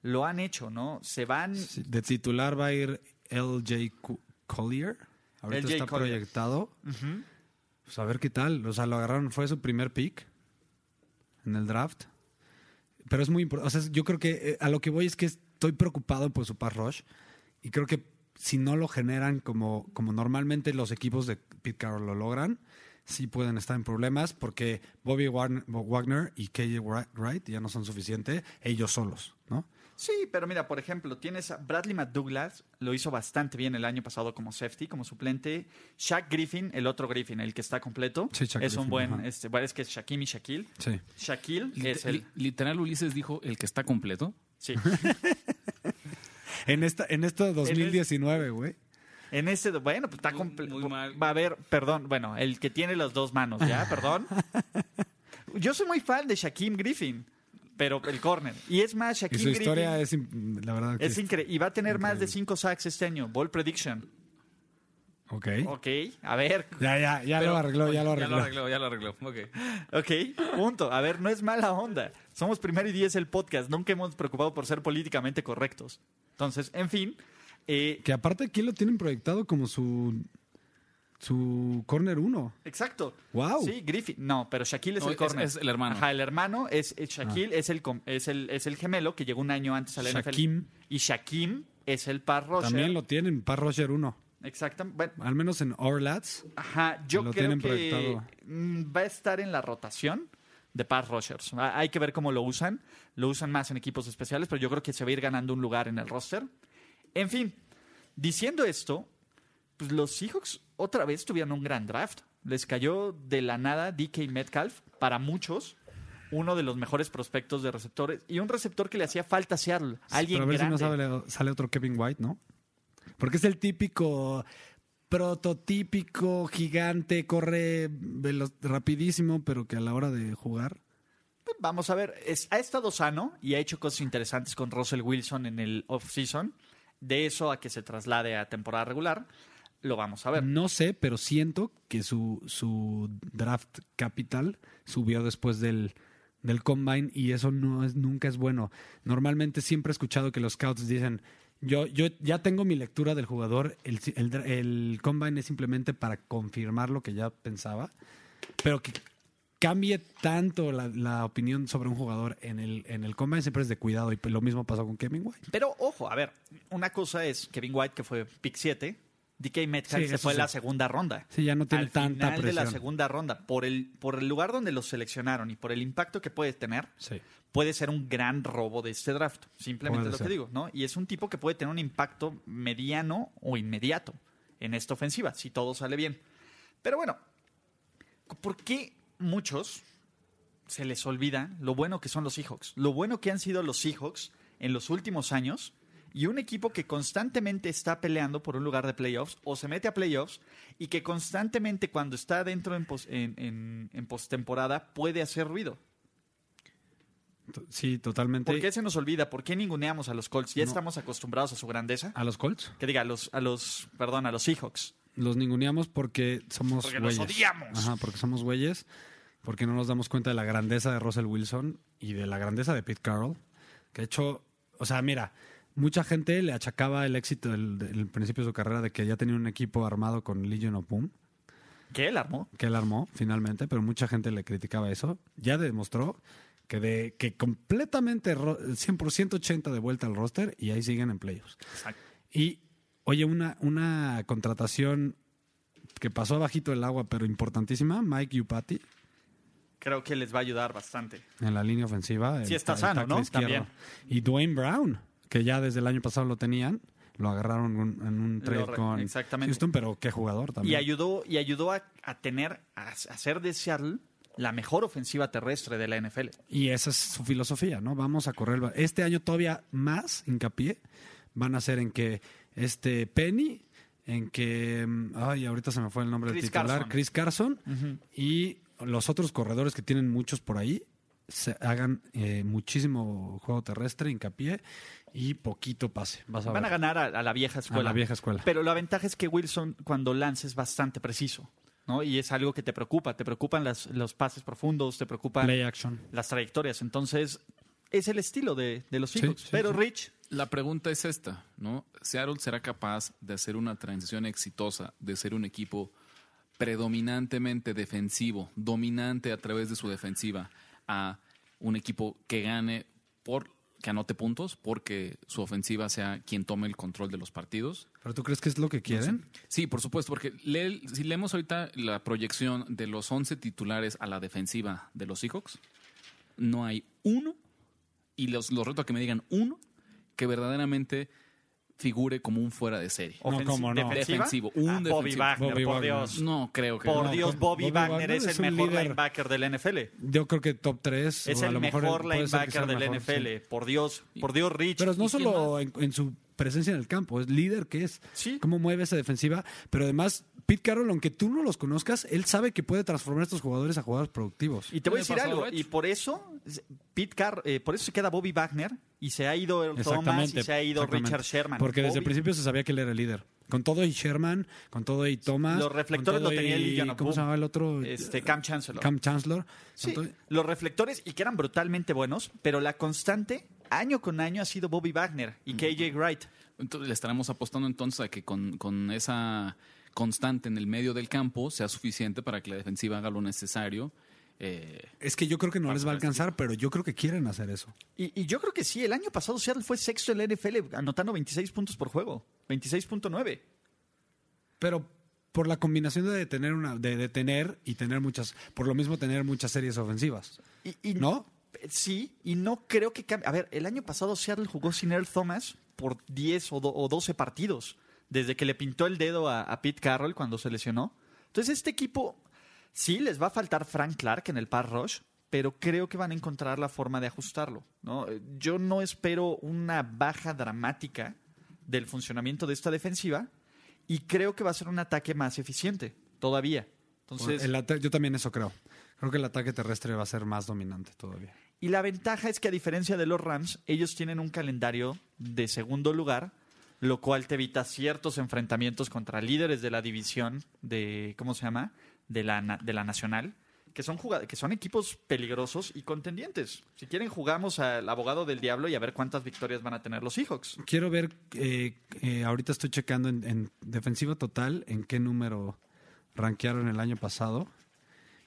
Lo han hecho, ¿no? Se van. Sí, De titular va a ir LJ Cu- Collier. Ahorita LJ está Collier. proyectado. Pues a ver qué tal. O sea, lo agarraron, fue su primer pick en el draft. Pero es muy importante. O sea, yo creo que eh, a lo que voy es que estoy preocupado por su pass rush. Y creo que si no lo generan como, como normalmente los equipos de Pete Carroll lo logran, sí pueden estar en problemas porque Bobby Warn- Wagner y KJ Wright ya no son suficientes ellos solos, ¿no? Sí, pero mira, por ejemplo, tienes a Bradley McDouglas, lo hizo bastante bien el año pasado como safety, como suplente. Shaq Griffin, el otro Griffin, el que está completo, Sí, Shaq es un Griffin, buen, ajá. este, bueno, es que es Shaquim y Shaquille. Sí. Shaquille Lit- es el, li- literal, Ulises dijo el que está completo. sí. En esta, en esto 2019, güey. En este, bueno, pues está Muy- comple- muy mal. Va a haber, perdón, bueno, el que tiene las dos manos, ya, perdón. Yo soy muy fan de Shaquim Griffin, pero el corner. Y es más, Y Shaquim su Griffin historia es, im- la verdad, que es es- increíble y va a tener más de cinco sacks este año. Ball prediction. Ok. Ok, a ver, Ya, ya, ya Pero- lo arregló, ya lo Ya arregló. lo arregló, ya lo arregló. Ok. Ok, punto. A ver, no es mala onda. Somos primero y diez el podcast. Nunca hemos preocupado por ser políticamente correctos. Entonces, en fin. eh, Que aparte aquí lo tienen proyectado como su su corner 1. exacto. Wow. Sí, Griffin. No, pero Shaquille es No, el es- corner. es el hermano. Ah. Ajá, el hermano es, es Shaquille, es, el, com- es, el, es el gemelo que llegó un año antes a la NFL. Shaquim. Y Shaquim es el par rusher. También lo tienen Par Roger 1. Exactamente. Bueno, Al menos en Orlats. Ajá, yo Lo creo tienen que proyectado. mm, va a estar en la rotación de Pat Rogers. A- Hay que ver cómo lo usan. Lo usan más en equipos especiales, pero yo creo que se va a ir ganando un lugar en el roster. En fin, diciendo esto, pues los Seahawks otra vez tuvieron un gran draft. Les cayó de la nada DK Metcalf, para muchos, uno de los mejores prospectos de receptores y un receptor que le hacía falta a Seattle. Alguien Pero a ver grande. si no sale, sale otro Kevin White, ¿no? Porque es el típico prototípico gigante, corre velo- rapidísimo, pero que a la hora de jugar Vamos a ver, es- ha estado sano y ha hecho cosas interesantes con Russell Wilson en el off-season. De eso a que se traslade a temporada regular, lo vamos a ver. No sé, pero siento que su, su draft capital subió después del, del combine y eso no es, nunca es bueno. Normalmente siempre he escuchado que los scouts dicen, yo, yo ya tengo mi lectura del jugador, el, el dra- el combine es simplemente para confirmar lo que ya pensaba, pero que cambie tanto la, la opinión sobre un jugador en el, en el combine siempre es de cuidado y pues lo mismo pasó con Kevin White. Pero ojo, a ver, una cosa es Kevin White, que fue pick 7. DK Metcalf Sí, se eso fue en la sí. segunda ronda. Sí, ya no tiene Al tanta final de la presión. segunda ronda, por el, por el lugar donde los seleccionaron y por el impacto que puede tener, Sí. puede ser un gran robo de este draft. Simplemente Puede lo que ser. digo, ¿no? Y es un tipo que puede tener un impacto mediano o inmediato en esta ofensiva, si todo sale bien. Pero bueno, ¿por qué muchos se les olvida lo bueno que son los Seahawks? Lo bueno que han sido los Seahawks en los últimos años y un equipo que constantemente está peleando por un lugar de playoffs o se mete a playoffs y que constantemente cuando está dentro en, pos- en- en- en postemporada puede hacer ruido. To- Sí, totalmente. ¿Por qué se nos olvida? ¿Por qué ninguneamos a los Colts? Ya No. estamos acostumbrados a su grandeza. ¿A los Colts? Que diga, a los, a los, perdón, a los Seahawks. los ninguneamos porque somos Porque los güeyes. odiamos. Ajá, porque somos güeyes, porque no nos damos cuenta de la grandeza de Russell Wilson y de la grandeza de Pete Carroll, que de hecho, o sea, mira, mucha gente le achacaba el éxito del, del principio de su carrera de que ya tenía un equipo armado con Legion of Boom, ¿Qué él armó? que él armó finalmente, pero mucha gente le criticaba eso. Ya demostró que de que completamente ro- 100% 80 de vuelta al roster y ahí siguen en playoffs. Y, oye, una, una contratación que pasó abajito del agua, pero importantísima, Mike Yupati, Creo que les va a ayudar bastante. en la línea ofensiva. el Sí está ta- el sano, tackle ¿no? También. izquierdo. Y Dwayne Brown, que ya desde el año pasado lo tenían, lo agarraron un- en un trade Lo re- con exactamente. Houston, pero qué jugador también. Y ayudó, y ayudó a, a tener, a, a hacer de Seattle la mejor ofensiva terrestre de la NFL. Y esa es su filosofía, ¿no? Vamos a correr. el ba- Este año todavía más hincapié van a hacer en que este Penny, en que, mm, ay, ahorita se me fue el nombre Chris del titular, Carson. Chris Carson, y los otros corredores que tienen muchos por ahí, se hagan eh, muchísimo juego terrestre, hincapié, y poquito pase. Vas a Van a ver. ganar a, a la vieja escuela. la vieja escuela. Pero la ventaja es que Wilson, cuando lanza, es bastante preciso. ¿no? Y es algo que te preocupa. Te preocupan las, los pases profundos, te preocupan Play action. las trayectorias. Entonces, es el estilo de, de los Seahawks. sí, pero sí. Rich, La pregunta es esta, ¿no? ¿Seattle será capaz de hacer una transición exitosa, de ser un equipo predominantemente defensivo, dominante a través de su defensiva, a un equipo que gane por que anote puntos porque su ofensiva sea quien tome el control de los partidos? ¿Pero tú crees que es lo que quieren? Sí, por supuesto, porque lee- si leemos ahorita la proyección de los 11 titulares a la defensiva de los Seahawks, no hay uno, y los, los reto a que me digan uno, que verdaderamente figure como un fuera de serie. No, ofensi- cómo no. defensiva. Defensivo, un Ah, Bobby defensivo. Wagner, Bobby por Wagner. Dios. No creo que... Por No, Dios, Bobby, Bobby Wagner, Wagner es, es el un mejor líder. linebacker del NFL. Yo creo que top 3. Es o a el lo mejor mejor puede ser que sea linebacker el del mejor, sí. NFL. Por Dios, por Dios, Rich. Pero no ¿Y quién solo en, en su presencia en el campo, es líder que es. Sí. Cómo mueve esa defensiva. Pero además, Pete Carroll, aunque tú no los conozcas, él sabe que puede transformar a estos jugadores a jugadores productivos. Y te voy a ¿Qué le decir pasó a algo, Rich? y por eso, Pete Carr, eh, por eso se queda Bobby Wagner y se ha ido Earl Thomas y se ha ido exactamente. Richard Sherman. Porque desde el Bobby- principio se sabía que él era el líder. Con todo y Sherman, con todo y Thomas. Los reflectores con lo todo tenía y- él y Jonah ¿Cómo se Boom. llamaba el otro? Este, Cam Chancellor. eh, Cam Chancellor. Sí, Con todo- los reflectores y que eran brutalmente buenos, pero la constante año con año ha sido Bobby Wagner y KJ Wright. Entonces, le estaremos apostando entonces a que con, con esa constante en el medio del campo sea suficiente para que la defensiva haga lo necesario. eh, Es que yo creo que Ah, no pues, les va a alcanzar, pero yo creo que quieren hacer eso. Y, y yo creo que sí, el año pasado Seattle fue sexto en la NFL anotando 26 puntos por juego, 26.9. Pero por la combinación de tener una, de detener y tener muchas, por lo mismo tener muchas series ofensivas. Y, y- ¿No? Sí, y no creo que cambie. A ver, el año pasado Seattle jugó sin Earl Thomas por 10 o, do- o 12 partidos, desde que le pintó el dedo a, a Pete Carroll cuando se lesionó. Entonces, este equipo sí les va a faltar Frank Clark en el par rush, pero creo que van a encontrar la forma de ajustarlo. ¿no? Eh, Yo no espero una baja dramática del funcionamiento de esta defensiva y creo que va a ser un ataque más eficiente todavía. Entonces, El ata- yo también eso creo. Creo que el ataque terrestre va a ser más dominante todavía. Y la ventaja es que a diferencia de los Rams, ellos tienen un calendario de segundo lugar, lo cual te evita ciertos enfrentamientos contra líderes de la división de ¿cómo se llama? de la na- de la nacional, que son jugad- que son equipos peligrosos y contendientes. Si quieren jugamos al abogado del diablo y a ver cuántas victorias van a tener los Seahawks. Quiero ver, eh, eh, ahorita estoy checando en, en defensiva total en qué número rankearon el año pasado.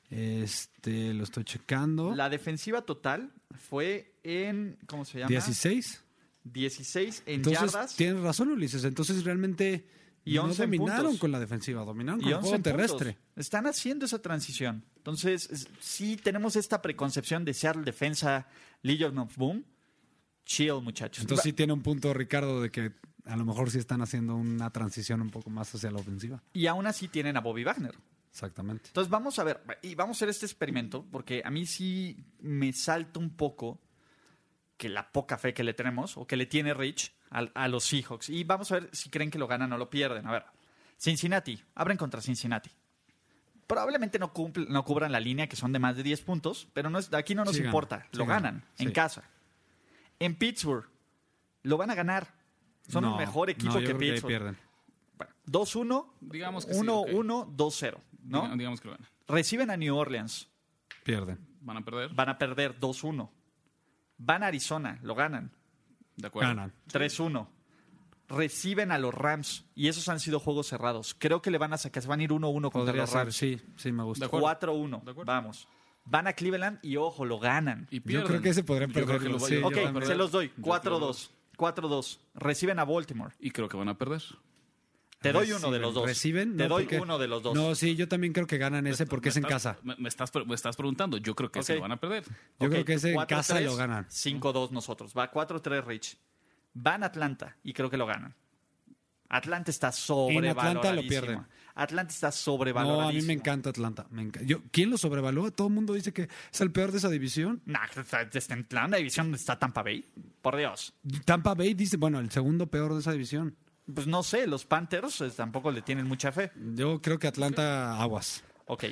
Este, lo estoy checando. La defensiva total fue en ¿cómo se llama? 16. 16 en Entonces, yardas. tienes razón, Ulises. Entonces, realmente Y no 11 en dominaron puntos. con la defensiva, dominaron con y el 11 juego terrestre. puntos. Están haciendo esa transición. Entonces, es- sí tenemos esta preconcepción de ser defensa Legion of Boom. Chill, muchachos. Entonces sí tiene un punto Ricardo de que a lo mejor sí están haciendo una transición un poco más hacia la ofensiva. Y aún así tienen a Bobby Wagner. Exactamente. Entonces, vamos a ver, y vamos a hacer este experimento, porque a mí sí me salta un poco que la poca fe que le tenemos, o que le tiene Rich al- a, los Seahawks. Y vamos a ver si creen que lo ganan o lo pierden. A ver, Cincinnati, abren contra Cincinnati. Probablemente no, cumple- no cubran la línea, que son de más de 10 puntos, pero no es, aquí no nos Sí ganan, importa. sí lo ganan, ganan, en sí. casa. En Pittsburgh, lo van a ganar. Son No, el mejor no, equipo yo que creo ahí Pittsburgh. pierden. Bueno, 2-1, Digamos que sí, 1-1, 2-0. ¿no? diga- Digamos que lo van, Reciben a New Orleans. Pierden. van a perder. Van a perder 2-1. Van a Arizona. Lo ganan. De acuerdo. Ganan. 3-1. Reciben a los Rams. Y esos han sido juegos cerrados. Creo que le van a sacar. Se van a ir 1-1 contra Podría los ser, Rams. sí, sí me gusta. De acuerdo. 4-1. acuerdo. Vamos. Van a Cleveland y ojo, lo ganan. Y creo pierden. que ese podrían Yo creo perderlo, que lo- sí, yo yo Ok, creo que van a también. se perder. los doy. Yo creo que lo- 4-2. 4-2. Reciben a Baltimore. Y creo que van a perder. Te doy uno de Reciben. los dos. ¿Reciben? Te No, doy porque- uno de los dos. Este, No, sí, yo también creo que ganan ese porque Me es en estás- casa. Me, me estás, pre- me estás preguntando. Yo creo que se Ok. lo van a perder. Yo Ok, creo que ese en 4-3, casa lo ganan. 5-2 nosotros. Va 4-3 Rich. Van a Atlanta y creo que lo ganan. Atlanta está sobrevaloradísimo. lo pierden. Atlanta está sobrevaloradísimo. No, a mí me encanta Atlanta. Me enca- yo, ¿Quién lo sobrevalúa? Todo el mundo dice que es el peor de esa división. Nah, está- está en la división está Tampa Bay. Por Dios. Tampa Bay dice, bueno, el segundo peor de esa división. pues no sé, los Panthers eh, tampoco le tienen mucha fe. Yo creo que Atlanta aguas. Ok.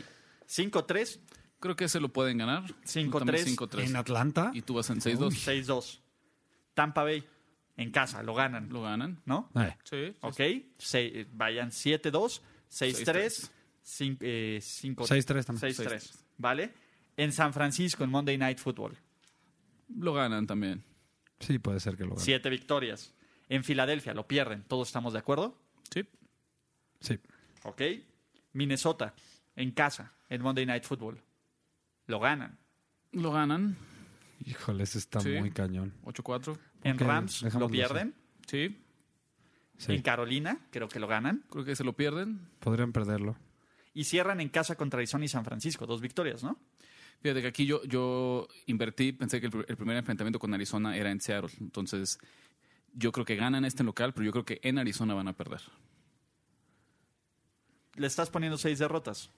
5-3, Creo que se lo pueden ganar. 5-3. En 5-3. Atlanta, Y tú vas en 6-2. 6-2. Tampa Bay, en casa, lo ganan, ¿Lo ganan? ¿no? eh, Sí. Ok. Se- eh, vayan 7-2, 6-3, 6-3 eh, 5-3. también. 6-3, ¿vale? En San Francisco, en Monday Night Football. Lo ganan también. sí puede ser que lo gane. Siete victorias. En Filadelfia lo pierden. ¿Todos estamos de acuerdo? Sí. Sí. ¿Ok? Minnesota, en casa, en Monday Night Football. Lo ganan. Lo ganan. Híjole, ese está Sí. muy cañón. 8-4. En Ok, Rams lo dejémoslo pierden. Sí. Sí, En Carolina, creo que lo ganan. Creo que se lo pierden. podrían perderlo. Y cierran en casa contra Arizona y San Francisco. Dos victorias, ¿no? Fíjate que aquí yo, yo invertí, pensé que el, pr- el primer enfrentamiento con Arizona era en Seattle. Entonces, yo creo que ganan este en local, pero yo creo que en Arizona van a perder. Le estás poniendo seis derrotas.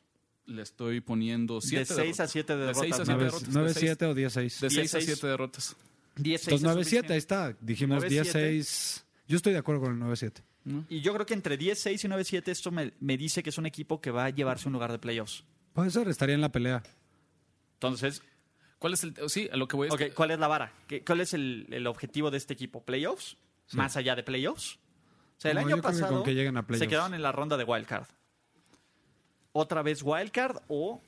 Le estoy poniendo 7 De seis a siete De seis a derrotas. siete ¿no? derrotas. de 9-7 o 10-6. De 6 a Dieciséis. 7 derrotas. Diez, seis Entonces es 9-7, ahí suficiente. está. Dijimos 9-7. 10-6. Yo estoy de acuerdo con el 9-7. Y yo creo que entre 10-6 y 9-7 esto me, me dice que es un equipo que va a llevarse un lugar de playoffs. Puede ser, estaría Pues en la pelea. Entonces, ¿Cuál es el.? oh, Sí, a lo que voy es. Ok, ¿cuál es la vara? ¿Qué- ¿Cuál es el, el objetivo de este equipo? ¿Playoffs? ¿Más allá de playoffs? O sea, el No, año yo creo que pasado con que lleguen a se playoffs. quedaron en la ronda de wildcard. ¿Otra vez wildcard o...?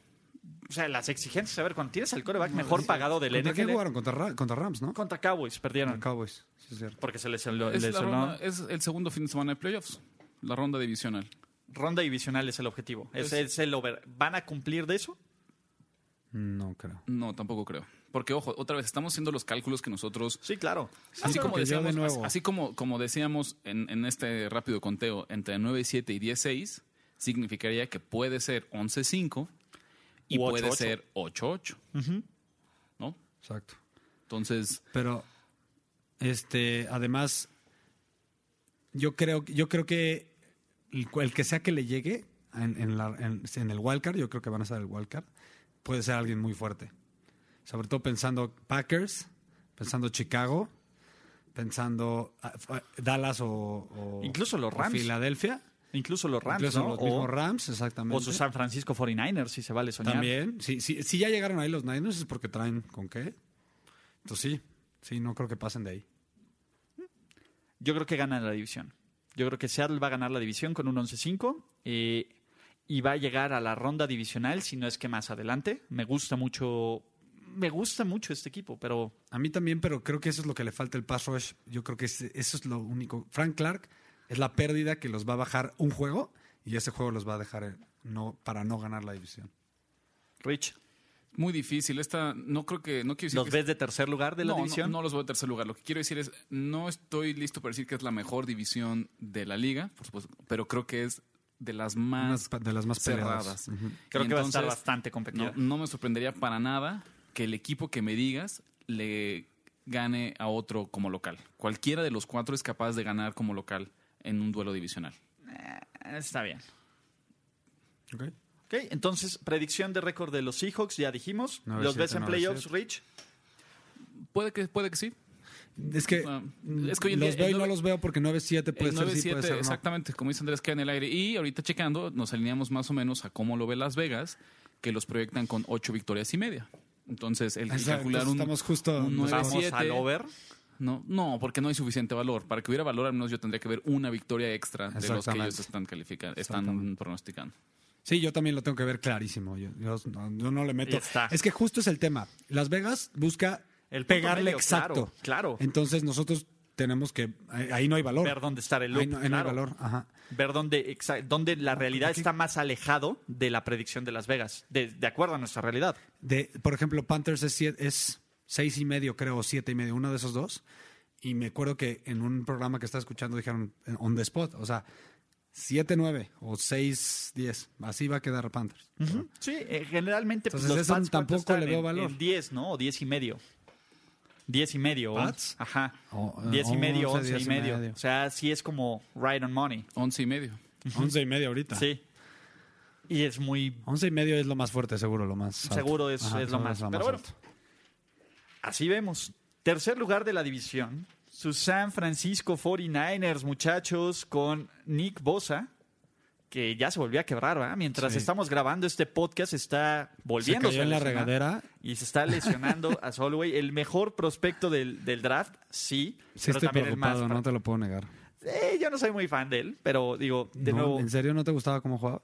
O sea, las exigencias, a ver, cuando tienes al coreback mejor pagado del ¿Contra quién NFL... jugaron? Contra, Ra- contra Rams, ¿no? Contra Cowboys, perdieron. Contra Cowboys. Sí, es cierto. porque se les lesionó. Es, la lesionó. ronda- eh. Ronda, es el segundo fin de semana de playoffs. La ronda divisional. divisional es el objetivo. Ese Es- es el over. ¿Van a cumplir de eso? No creo. No, tampoco creo. Porque, ojo, otra vez estamos haciendo los cálculos que nosotros. Sí, claro. así porque como yo decíamos, de nuevo- así como, como decíamos en, en este rápido conteo, entre 9 y 7 y 10 6, significaría que puede ser 11 5 y U ocho, puede ocho. ser 8 8. ¿No? Exacto. Entonces, Pero, este, además, yo creo, yo creo que el, el que sea que le llegue en, en la- en- en el wildcard, yo creo que van a ser el wildcard, puede ser alguien muy fuerte. Sobre todo pensando Packers, pensando Chicago, pensando ah, ah, Dallas o, o- Incluso los o Rams. Filadelfia. Incluso los Rams, incluso ¿no? los O- mismos Rams, o, exactamente. sus San Francisco 49ers, si se vale soñar. También, si, si, si ya llegaron ahí los Niners es porque traen con qué. Entonces sí, sí, no creo que pasen de ahí. Yo creo que ganan la división. Yo creo que Seattle va a ganar la división con un 11-5 eh, y va a llegar a la ronda divisional, si no es que más adelante. Me gusta mucho, me gusta mucho este equipo, pero A mí también, pero creo que eso es lo que le falta el pass rush. Yo creo que es- eso es lo único. Frank Clark es la pérdida que los va a bajar un juego y ese juego los va a dejar en- no, para no ganar la división. Rich, muy difícil. Esta, no creo que. No quiero decir ¿los que- ves de tercer lugar de la no, no, división? No, los voy a tercer lugar. Lo que quiero decir es, no estoy listo para decir que es la mejor división de la liga, por supuesto, pero creo que es de las Ah, Unas más pa- de las más cerradas. peleadas. Creo Y que va a estar entonces, bastante ¿eh? competido. No, no me sorprendería para nada que el equipo que me digas le gane a otro como local. Cualquiera de los cuatro es capaz de ganar como local en un duelo divisional. Eh, Está bien. Ujú. Mm, Ok. Ok, entonces, predicción de récord de los Seahawks, ya dijimos. Nueve, ¿Los ves siete, en nueve, playoffs, siete. Rich? Puede que, puede que sí. Es que, Ah, mm, es que hoy en los día el veo y no nueve- los veo porque 9-7 puede El ser 9-7, sí, puede ser no. exactamente, como dice Andrés, queda en el aire. Y ahorita checando, nos alineamos más o menos a cómo lo ve Las Vegas, que los proyectan con ocho victorias y media. Entonces, el Exacto, calcular entonces un, estamos justo- un nos Vamos 9-7, al over. No, no, porque no hay suficiente valor. Para que hubiera valor, al menos yo tendría que ver una victoria extra de los que Exactamente. ellos están calificando, están Exactamente. pronosticando. Sí, yo también lo tengo que ver clarísimo. Yo, yo no, yo no le meto. Ya está. Es que justo es el tema. Las Vegas busca El punto pegarle medio, exacto. claro, claro. Entonces nosotros tenemos que. ahí- Ahí no hay valor. Ver dónde estar el loop. Ahí no, ahí no claro. hay valor. Ajá. ver dónde, exa- dónde la realidad está más alejado de la predicción de Las Vegas, de, de acuerdo a nuestra realidad. De, por ejemplo, Panthers es, siete- es seis y medio, creo, o siete y medio, uno de esos dos. Y me acuerdo que en un programa que estaba escuchando dijeron eh, on the spot, o sea, 7-9 o 6-10. Así va a quedar Panthers. Sí, eh, generalmente pues, los Entonces, eso Pats, ¿cuánto tampoco están le veo en- valor. En 10, ¿no? O 10 y medio. 10 y medio. ¿Pats? Ajá. O, eh, 10 y medio, 11, 11 y 10 y medio. medio. O sea, sí es como right on money. Once y medio. 11 y medio ahorita. Sí. Y es muy... 11 y medio es lo más fuerte, seguro, lo más. alto. Seguro es- es lo seguro más. Pero bueno. alto. Así vemos. Tercer lugar de la división Sus San Francisco 49ers, muchachos, con Nick Bosa, que ya se volvió a quebrar, ¿verdad? Mientras Sí. estamos grabando este podcast, está Se volviendo cayó en la regadera. y se está lesionando a Solway. El mejor prospecto del, del draft, sí, Sí pero estoy también el más. preocupado, no te lo puedo negar. Eh, yo no soy muy fan de él, pero digo, de No, nuevo, ¿En serio no te gustaba cómo jugaba?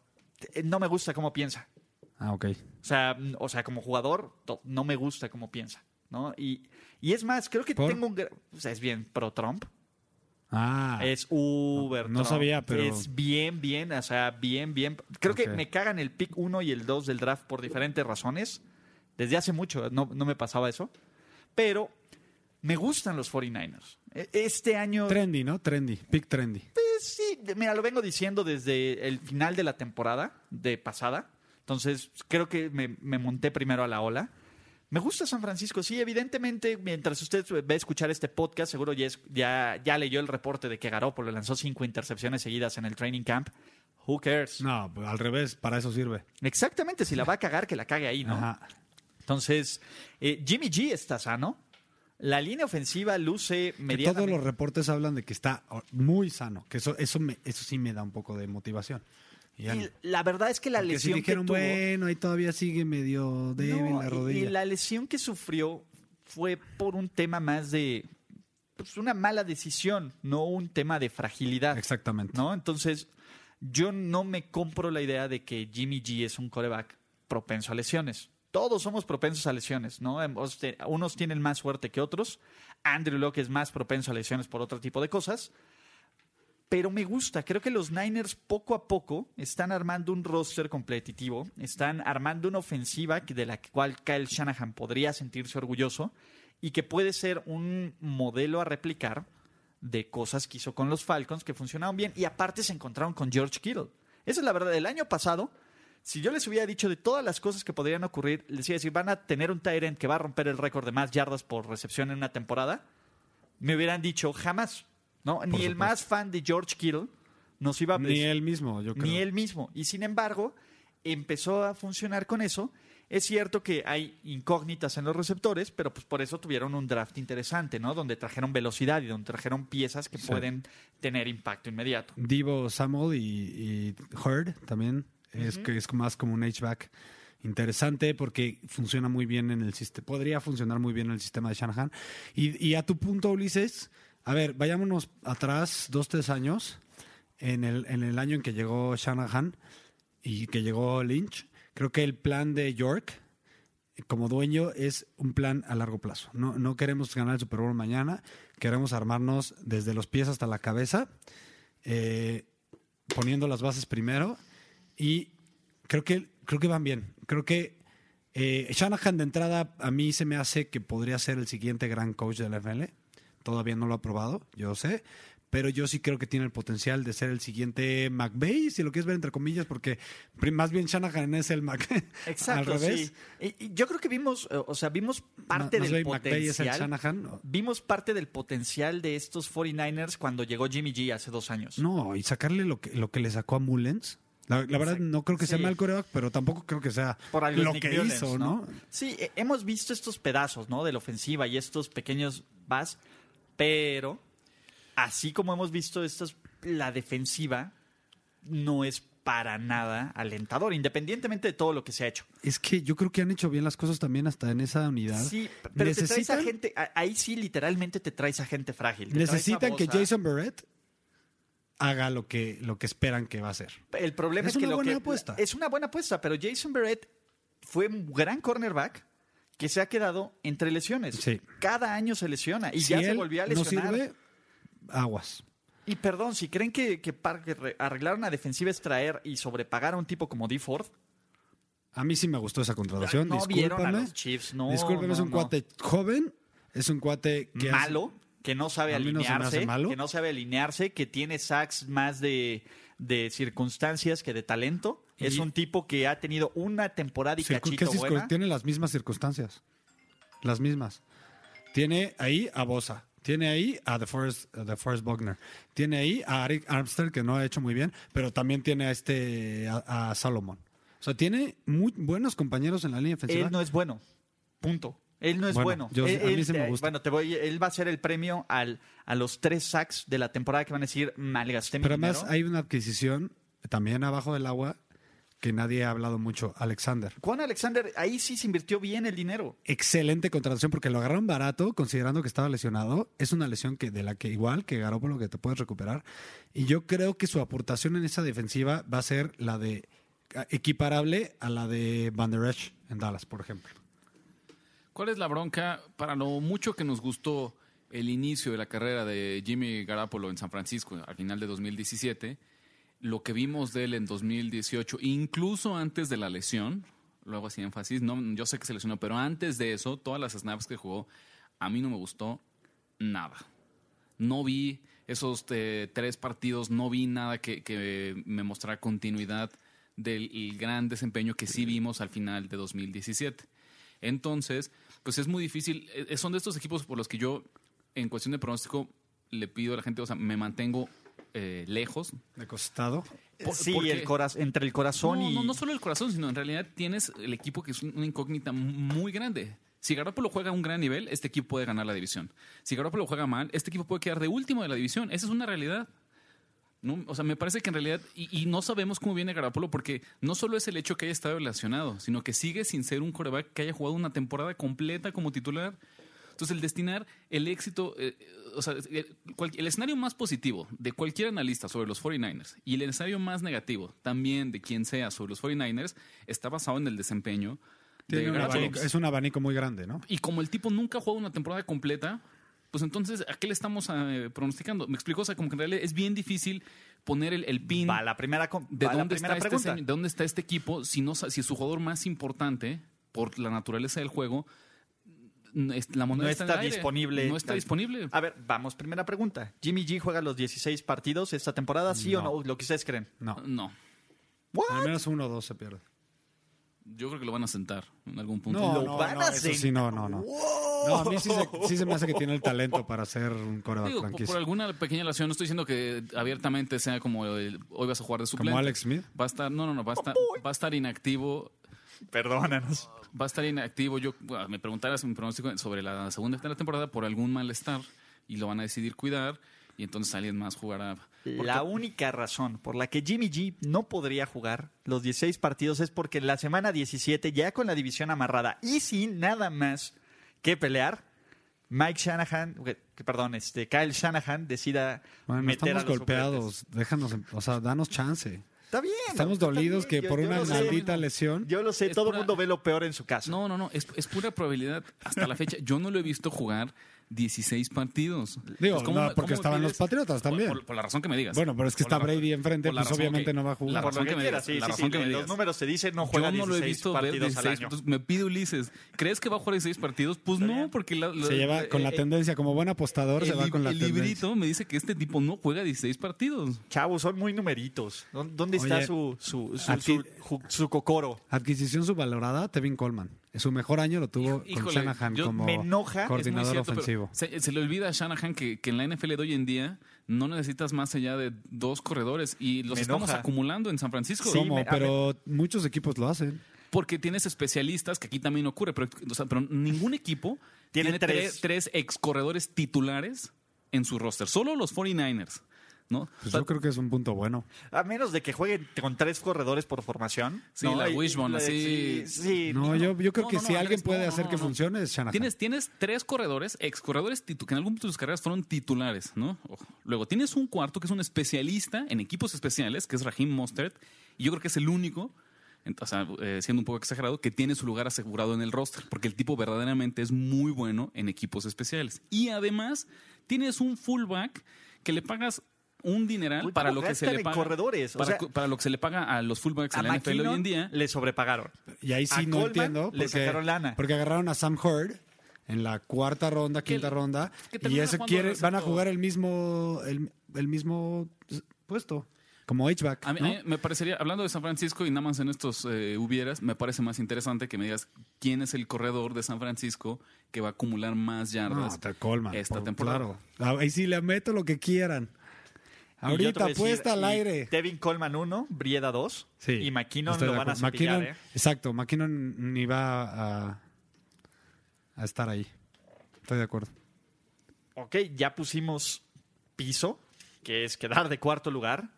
eh, no me gusta cómo piensa. Ah, ok. O sea, mm, o sea como jugador, to- no me gusta cómo piensa. ¿no? Y, y es más, creo que ¿Por? tengo un... gra- O sea, es bien pro-Trump. Ah, Es Uber. No Trump. sabía, pero- Es bien, bien, o sea, bien, bien. Creo que Ok. me cagan el pick 1 y el 2 del draft por diferentes razones. Desde hace mucho no, no me pasaba eso. Pero me gustan los 49ers. E- Este año, trendy, ¿no? Trendy, pick trendy. pues, sí, de- mira, lo vengo diciendo desde el final de la temporada de pasada. Entonces, creo que me, me monté primero a la ola. Me gusta San Francisco, sí, evidentemente, mientras usted va a escuchar este podcast, seguro ya, es- ya, ya leyó el reporte de que Garoppolo lanzó cinco intercepciones seguidas en el training camp. Who cares? No, pues, al revés, para eso sirve. Exactamente, si la va a cagar, que la cague ahí, ¿no? Ajá. Entonces, eh, Jimmy G está sano. La línea ofensiva luce Que todos los medianamente... reportes hablan de que está oh, muy sano, que eso eso me, eso sí me da un poco de motivación. Y ya no. Y la verdad es que la Porque sí lesión dijeron, que tuvo... bueno, ahí todavía sigue medio débil No, la y- rodilla. Y, la lesión que sufrió fue por un tema más de pues, una mala decisión, no un tema de fragilidad. Exactamente. ¿no? Entonces, yo no me compro la idea de que Jimmy G es un coreback propenso a lesiones. Todos somos propensos a lesiones, ¿no? Em, os- te- Unos tienen más suerte que otros. Andrew Locke es más propenso a lesiones por otro tipo de cosas. Pero me gusta, creo que los Niners poco a poco están armando un roster competitivo, están armando una ofensiva que- de la cual Kyle Shanahan podría sentirse orgulloso y que puede ser un modelo a replicar de cosas que hizo con los Falcons que funcionaron bien y aparte se encontraron con George Kittle. Esa es la verdad, el año pasado, si yo les hubiera dicho de todas las cosas que podrían ocurrir, les iba a decir, van a tener un tight end que va a romper el récord de más yardas por recepción en una temporada, me hubieran dicho jamás. ¿no? Ni el supuesto. más fan de George Kittle nos iba a Ni decir- él mismo, yo creo. pues, ni él mismo. Y sin embargo, empezó a funcionar con eso. Es cierto que hay incógnitas en los receptores, pero pues por eso tuvieron un draft interesante, ¿no? Donde trajeron velocidad y donde trajeron piezas que pueden tener impacto inmediato. Divo Samuel y, y Heard también. Es que es más como un H-back interesante porque funciona muy bien en el sistema. Podría funcionar muy bien en el sistema de Shanahan. Y, y a tu punto, Ulises, a ver, vayámonos atrás dos, tres años. En el, en el año en que llegó Shanahan y que llegó Lynch, creo que el plan de York como dueño es un plan a largo plazo. No, no queremos ganar el Super Bowl mañana, queremos armarnos desde los pies hasta la cabeza eh, poniendo las bases primero y creo que creo que van bien. Creo que eh, Shanahan de entrada a mí se me hace que podría ser el siguiente gran coach de la NFL. Todavía no lo ha probado, yo sé, pero yo sí creo que tiene el potencial de ser el siguiente McVay, si lo quieres ver entre comillas, porque pri- más bien Shanahan es el Mac. Exacto, Al revés. sí. Y, y yo creo que vimos, eh, o sea, vimos parte Ma- más del bien McVay es el potencial. Shanahan. Vimos parte del potencial de estos 49ers cuando llegó Jimmy G hace dos años. No, y sacarle lo que, lo que le sacó a Mullens. La, la verdad, no creo que sea Sí. mal coreback, pero tampoco creo que sea por algo es lo Nick que Mullens, hizo, ¿no? Sí, eh, hemos visto estos pedazos, ¿no? De la ofensiva y estos pequeños vas, pero así como hemos visto estas, la defensiva no es para nada alentador, independientemente de todo lo que se ha hecho. Es que yo creo que han hecho bien las cosas también hasta en esa unidad. Sí, pero te traes a Necesitan- gente, a- ahí sí literalmente te traes a gente frágil. te traes a Necesitan que Bosa. Jason Barrett haga lo que, lo que esperan que va a hacer. El problema Es es, que una lo buena que- apuesta. Es una buena apuesta, pero Jason Barrett fue un gran cornerback que se ha quedado entre lesiones. Sí. Cada año se lesiona y si ya él se volvió a no lesionar. sirve, aguas. Y perdón, si creen que, que par- que re- arreglar una defensiva es traer y sobrepagar a un tipo como D. Ford, A mí Pues sí me gustó esa contratación. no vieron a discúlpame. los Chiefs, no. discúlpame, no, es un no. cuate joven, es un cuate que hace- malo, que no sabe A mí no se me hace alinearse, malo. que no sabe alinearse, que tiene sacks más de, de circunstancias que de talento. Es Y- un tipo que ha tenido una temporada y Circu- cachito ¿qué circu- buena. Tiene las mismas circunstancias. Las mismas. Tiene ahí a Bosa. Tiene ahí a The Forest, a The Forest Buckner. Tiene ahí a Eric Armstrong, que no ha hecho muy bien, pero también tiene a este a, a Salomón. O sea, tiene muy buenos compañeros en la línea ofensiva. Él no es bueno. Punto. Él no es Bueno, bueno. yo sí- Él- a mí él- sí me eh, gusta. Bueno, te voy, él va a ser el premio al, a los tres sacks de la temporada que van a decir malgasté mi Pero además dinero". hay una adquisición también abajo del agua que nadie ha hablado mucho, Alexander. Juan Alexander, ahí sí se invirtió bien el dinero. Excelente contratación porque lo agarraron barato considerando que estaba lesionado. Es una lesión que de la que igual que Garoppolo que te puedes recuperar. Y yo creo que su aportación en esa defensiva va a ser la de ah, equiparable a la de Van Der Esch en Dallas, por ejemplo. ¿Cuál es la bronca para lo mucho que nos gustó el inicio de la carrera de Jimmy Garapolo en San Francisco al final de 2017? Lo que vimos de él en 2018, incluso antes de la lesión, luego así énfasis, no, yo sé que se lesionó, pero antes de eso, todas las snaps que jugó, a mí no me gustó nada. No vi esos eh, tres partidos, no vi nada que, que me mostrara continuidad del el gran desempeño que sí vimos al final de 2017. Entonces, pues es muy difícil. Eh, Son de estos equipos por los que yo, en cuestión de pronóstico, le pido a la gente, o sea, me mantengo eh, lejos. De costado. Por- sí, porque- el coraz- entre el corazón No, y. no, no solo el corazón, sino en realidad tienes el equipo que es un- una incógnita muy grande. Si Garoppolo juega a un gran nivel, este equipo puede ganar la división. Si Garoppolo juega mal, este equipo puede quedar de último de la división. Esa es una realidad. No, o sea, me parece que en realidad, y, y no sabemos cómo viene Garapolo, porque no solo es el hecho que haya estado relacionado, sino que sigue sin ser un coreback que haya jugado una temporada completa como titular. Entonces, el destinar el éxito, eh, eh, o sea, el, cual- el escenario más positivo de cualquier analista sobre los 49ers y el escenario más negativo también de quien sea sobre los 49ers está basado en el desempeño de Tiene un Garoppolo. abanico- es un abanico muy grande, ¿no? Y como el tipo nunca ha jugado una temporada completa, pues entonces, ¿a qué le estamos eh, pronosticando? Me explico, o sea, como que en realidad es bien difícil poner el, el pin Va la primera, com- de va la dónde, primera está este, pregunta. señor- de dónde está este equipo si, no, sa- si su jugador más importante, por la naturaleza del juego, n- es- la moneda No está, en el está aire. disponible. Ah. No está disponible. A ver, vamos, primera pregunta. ¿Jimmy G juega los 16 partidos esta temporada, Mm, sí o No. no? Lo que ustedes creen. No. No, Al menos uno o dos se pierde. yo creo que lo van a sentar en algún punto. No, ¿Lo no, van no, a eso hacer? sí, no, no, no. No, a mí sí se, sí se me hace que tiene el talento para ser un coreback Digo, por, por franquicia. alguna pequeña relación, no estoy diciendo que abiertamente sea como el- hoy vas a jugar de suplente. Alex Smith. Va a estar, no, no, no, Oh, va a estar, va a estar inactivo Perdónanos. va a estar inactivo. Yo bueno, me preguntaras mi pronóstico sobre la segunda mitad de la temporada por algún malestar y lo van a decidir cuidar y entonces alguien más jugará. La única razón por la que Jimmy G no podría jugar los 16 partidos es porque la semana 17, ya con la división amarrada y sin nada más que pelear, Mike Shanahan, que- que, perdón, este Kyle Shanahan decida Bueno, meter estamos a los golpeados. Déjanos, en- o sea, danos chance. suplentes. Está bien. Estamos está dolidos bien, que por una lo sé. maldita lesión. Yo lo sé, Es todo el pura- mundo ve lo peor en su casa. No, no, no, es, es pura probabilidad. Hasta la fecha yo no lo he visto jugar 16 partidos. Digo, Entonces, ¿cómo- no, cómo porque estaban pides- los Patriotas Por- también. Por, por la razón que me digas. Bueno, pero es que Por la está razón- Brady enfrente, por la pues, razón obviamente que- no va a jugar. La por Por lo razón que, que, me quiera, digas. sí, la sí, razón sí, que me los digas. números se dicen, no Yo juega no lo he 16 visto ver partidos 16 al año. partidos. Me pide Ulises. ¿Crees que va a jugar 16 partidos? Pues no, porque la- la- Se lleva con la eh, tendencia, como buen apostador, se el va lib- con la el tendencia. librito me dice que este tipo no juega 16 partidos. Chavos, son muy numeritos. ¿Dó- ¿Dónde está Oye, su, su, a su, ti- su, ju- su cocoro? Adquisición subvalorada, Tevin Coleman. Su mejor año lo tuvo con Híjole, Shanahan yo- como me enoja, es muy Es muy coordinador cierto, pero ofensivo. Se, se le olvida a Shanahan que, que en la NFL de hoy en día no necesitas más allá de dos corredores y los Me estamos enoja. acumulando en San Francisco. Sí, Como, me- a pero muchos equipos lo hacen. Porque tienes especialistas, que aquí también ocurre, pero, o sea, pero ningún equipo Tiene tiene, tres. tres. tres ex corredores titulares en su roster. Solo los 49ers. ¿no? O Pues sea, yo creo que es un punto bueno. A menos de que jueguen con tres corredores por formación. Sí, la Y- wishbone, la- así. Sí, sí, No, eh, no, yo, yo creo no, que no, si no, alguien Andrés, puede no, hacer no, que no. funcione es Shanahan. Tienes, tienes tres corredores, ex corredores titu- que en algún punto de sus carreras fueron titulares, ¿no? Ojo. Luego tienes un cuarto que es un especialista en equipos especiales, que es Raheem Mostert, y yo creo que es el único, en- o sea, eh, siendo un poco exagerado, que tiene su lugar asegurado en el roster, porque el tipo verdaderamente es muy bueno en equipos especiales. Y además tienes un fullback que le pagas un dineral Uy, para ¿cómo lo que se gastan le en paga corredores? O para, sea, cu- para lo que se le paga a los fullbacks A en la NFL hoy McKinnon en día le sobrepagaron. Y ahí A sí no Coleman entiendo. le sacaron lana. Porque agarraron a Sam Hurd en la cuarta ronda, quinta ronda. que Y termina ese jugando quiere, de van a receptor. jugar el mismo, el, el mismo puesto. Como H-back. A mí, ¿no? a mí me parecería, hablando de San Francisco y nada más en estos eh, hubieras, me parece más interesante que me digas quién es el corredor de San Francisco que va a acumular más No, yardas te colman. esta por- temporada. Claro. Ahí sí le meto lo que quieran. Y yo te Ahorita voy a decir, apuesta al y aire. Tevin Coleman 1, Brieda 2. Sí, y McKinnon estoy lo de van a ¿eh? acuerdo. McKinnon- cepillar, ¿eh? Exacto, McKinnon ni va a, a estar ahí. Estoy de acuerdo. Ok, ya pusimos piso, que es quedar de cuarto lugar,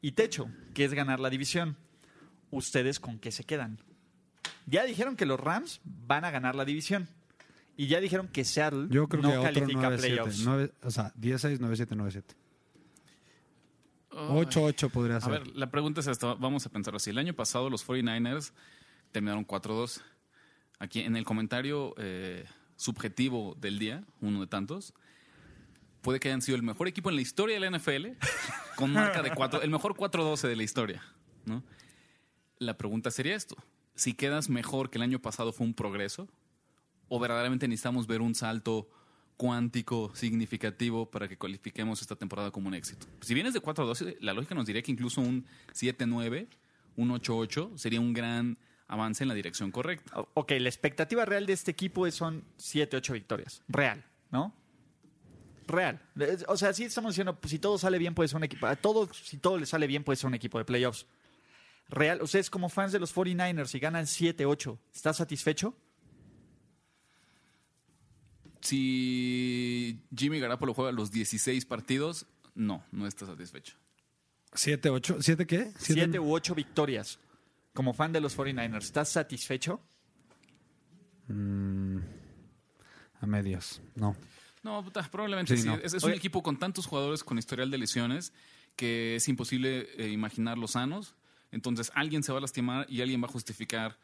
y techo, que es ganar la división. ¿Ustedes con qué se quedan? Ya dijeron que los Rams van a ganar la división. Y ya dijeron que Seattle Yo creo no que otro califica a 9-7. playoffs. nueve- O sea, 16, 9-7, 9-7. Oh, 8-8 podría A ser. ver, la pregunta es esta, vamos a pensarlo así. El año pasado los 49ers terminaron 4-2. Aquí en el comentario eh, subjetivo del día, uno de tantos, puede que hayan sido el mejor equipo en la historia de la NFL, con marca de 4, el mejor 4-12 de la historia. ¿no? La pregunta sería esto, si quedas mejor que el año pasado fue un progreso, o verdaderamente necesitamos ver un salto cuántico significativo para que cualifiquemos esta temporada como un éxito. Si vienes de 4-12, la lógica nos diría que incluso un 7-9, un 8-8 sería un gran avance en la dirección correcta. Ok, la expectativa real de este equipo es- son 7, 8 victorias. Real, ¿no? Real. Es- O sea, sí estamos diciendo, pues, si todo sale bien puede ser un equipo. A todos, si todo le sale bien puede ser un equipo de playoffs. Real, ustedes como fans de los 49ers, si ganan 7, 8, ¿estás satisfecho? Si Jimmy Garapolo juega los 16 partidos, no, no está satisfecho. ¿7, 8? ¿7 qué? 7 u 8 victorias. Como fan de los 49ers, ¿estás satisfecho? A medios. No. No, puta, probablemente Sí, sí. no. Es, es un Oye. equipo con tantos jugadores con historial de lesiones que es imposible eh, imaginar los sanos. Entonces alguien se va a lastimar y alguien va a justificar,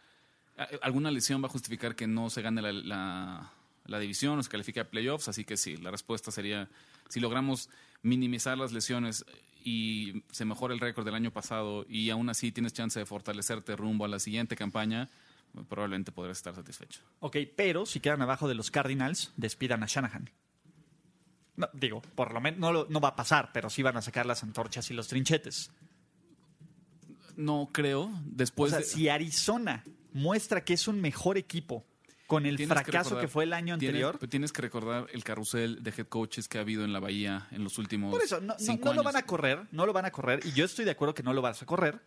a- eh, alguna lesión va a justificar que no se gane la, la- la división o se califique a playoffs. Así que sí, la respuesta sería, si logramos minimizar las lesiones y se mejora el récord del año pasado y aún así tienes chance de fortalecerte rumbo a la siguiente campaña, probablemente podrás estar satisfecho. Ok, pero si quedan abajo de los Cardinals, despidan a Shanahan. No, digo, por lo menos no, lo- no va a pasar, pero sí van a sacar las antorchas y los trinchetes. No creo, después o sea, Pues de- si Arizona muestra que es un mejor equipo con el Tienes que fracaso que, recordar- fue el año tienes- anterior, pero Tienes que recordar el carrusel de head coaches que ha habido en la Bahía en los últimos. por eso no, no- cinco no lo años. van a correr, no lo van a correr, y yo estoy de acuerdo que no lo vas a correr,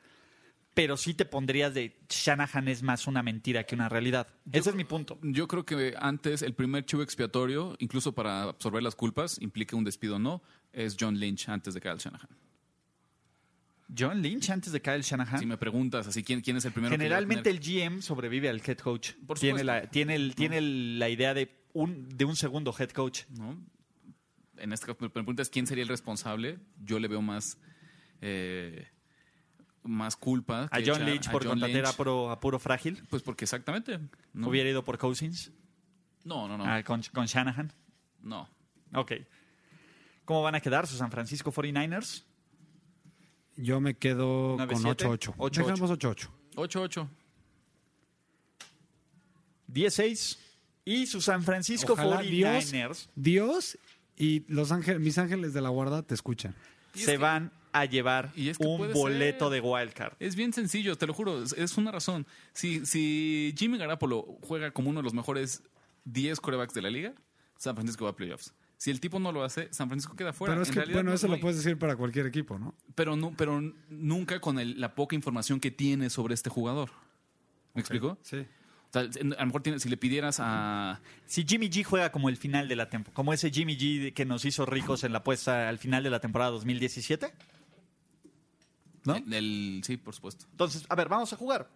pero sí te pondrías de Shanahan es más una mentira que una realidad. Ese es mi punto. Yo creo que antes el primer chivo expiatorio, incluso para absorber las culpas, implica un despido o no, es John Lynch antes de Kyle Shanahan. John Lynch antes de Kyle Shanahan. Si me preguntas así, ¿quién, quién es el primero que llega a Generalmente tener- el GM sobrevive al head coach. Por tiene supuesto. la, tiene, el- tiene el- la idea de un, de un segundo head coach. ¿no? En este caso, me preguntas quién sería el responsable, yo le veo más. eh, más culpa. A que John echar Lynch por John contratar a Lynch. puro, a puro frágil. Pues porque exactamente. No, Hubiera ido por Cousins no, no. No. ah, con, con Shanahan. no. Ok. ¿Cómo van a quedar sus San Francisco 49ers? Yo me quedo Nueve, con siete. 8-8. Ocho, ocho. Dejamos 8-8. 8-8. 16. Y sus San Francisco Ojalá 49ers Dios, Dios y los ángeles, mis ángeles de la guarda te escuchan. Y es se que- van a llevar y es que un puede boleto ser. de wildcard. Es bien sencillo, te lo juro, es, es una razón. Si, si Jimmy Garapolo juega como uno de los mejores 10 corebacks de la liga, San Francisco va a playoffs. Si el tipo no lo hace, San Francisco queda fuera. Pero es En que, realidad, bueno, no- eso no lo hay- puedes decir para cualquier equipo, ¿no? Pero, nu- pero nunca con el- la poca información que tiene sobre este jugador. ¿Me explico? Sí. O sea, a lo mejor tiene- si le pidieras a... Si Jimmy G juega como el final de la temporada, como ese Jimmy G de- que nos hizo ricos en la apuesta al final de la temporada 2017. ¿No? el- el- sí, por supuesto. Entonces, a ver, vamos a jugar.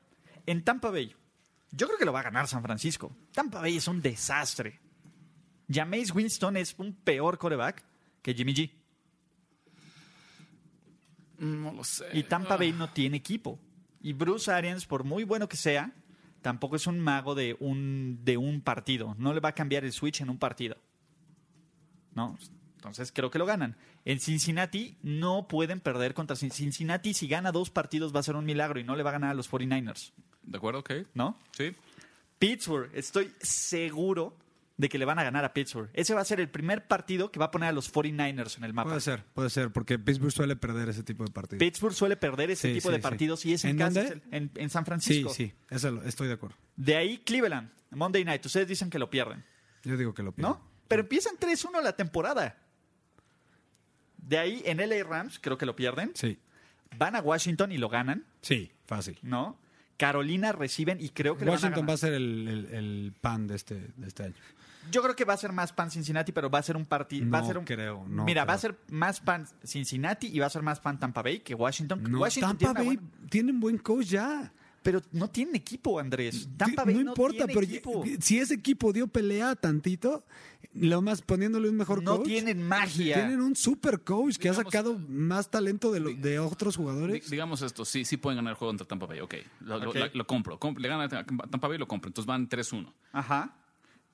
En Tampa Bay, yo creo que lo va a ganar San Francisco. Tampa Bay es un desastre. Jameis Winston es un peor coreback que Jimmy G. No lo sé. Y Tampa Bay no tiene equipo. Y Bruce Arians, por muy bueno que sea, tampoco es un mago de un, de un partido. No le va a cambiar el switch en un partido. ¿No? Entonces creo que lo ganan. En Cincinnati no pueden perder contra Cin- Cincinnati. Si gana dos partidos va a ser un milagro y no le va a ganar a los 49ers. ¿De acuerdo? Ok. ¿No? Sí. Pittsburgh, estoy seguro de que le van a ganar a Pittsburgh. Ese va a ser el primer partido que va a poner a los 49ers en el mapa. Puede ser, puede ser, porque Pittsburgh suele perder ese tipo de partidos. Pittsburgh suele perder ese Sí, tipo sí, de sí. partidos y es en, ¿En casa, dónde? es el- en, en San sí, Francisco. sí, eso lo- estoy de acuerdo. De ahí Cleveland, Monday Night. Ustedes dicen que lo pierden, Yo digo que lo pierdo. ¿no? Pero empiezan 3-1 la temporada. De ahí en LA Rams, creo que lo pierden. Sí, Van a Washington y lo ganan, sí, fácil. ¿no? Carolina reciben y creo que le van a Washington va ganar. a ser el, el- el pan de este, de este año. Yo creo que va a ser más pan Cincinnati, pero va a ser un partido. va a No ser un- creo, no Mira, va a creo. ser más pan Cincinnati y va a ser más pan Tampa Bay que Washington. No, Washington tiene una Tampa Bay buena- tienen buen coach ya. pero no tiene equipo, Andrés. Tampa Sí, Bay no, no importa, tiene pero equipo. ya- si ese equipo dio pelea tantito, lo más poniéndole un mejor No coach. tienen magia. eh, Tienen un super coach que ha Digamos- sacado más talento de, lo- de otros Di- jugadores. digamos esto, sí, sí pueden ganar el juego contra Tampa Bay, ok. Lo, lo- Ok. la- lo compro, comp- le ganan a Tampa Bay y lo compro, entonces van 3-1. Ajá.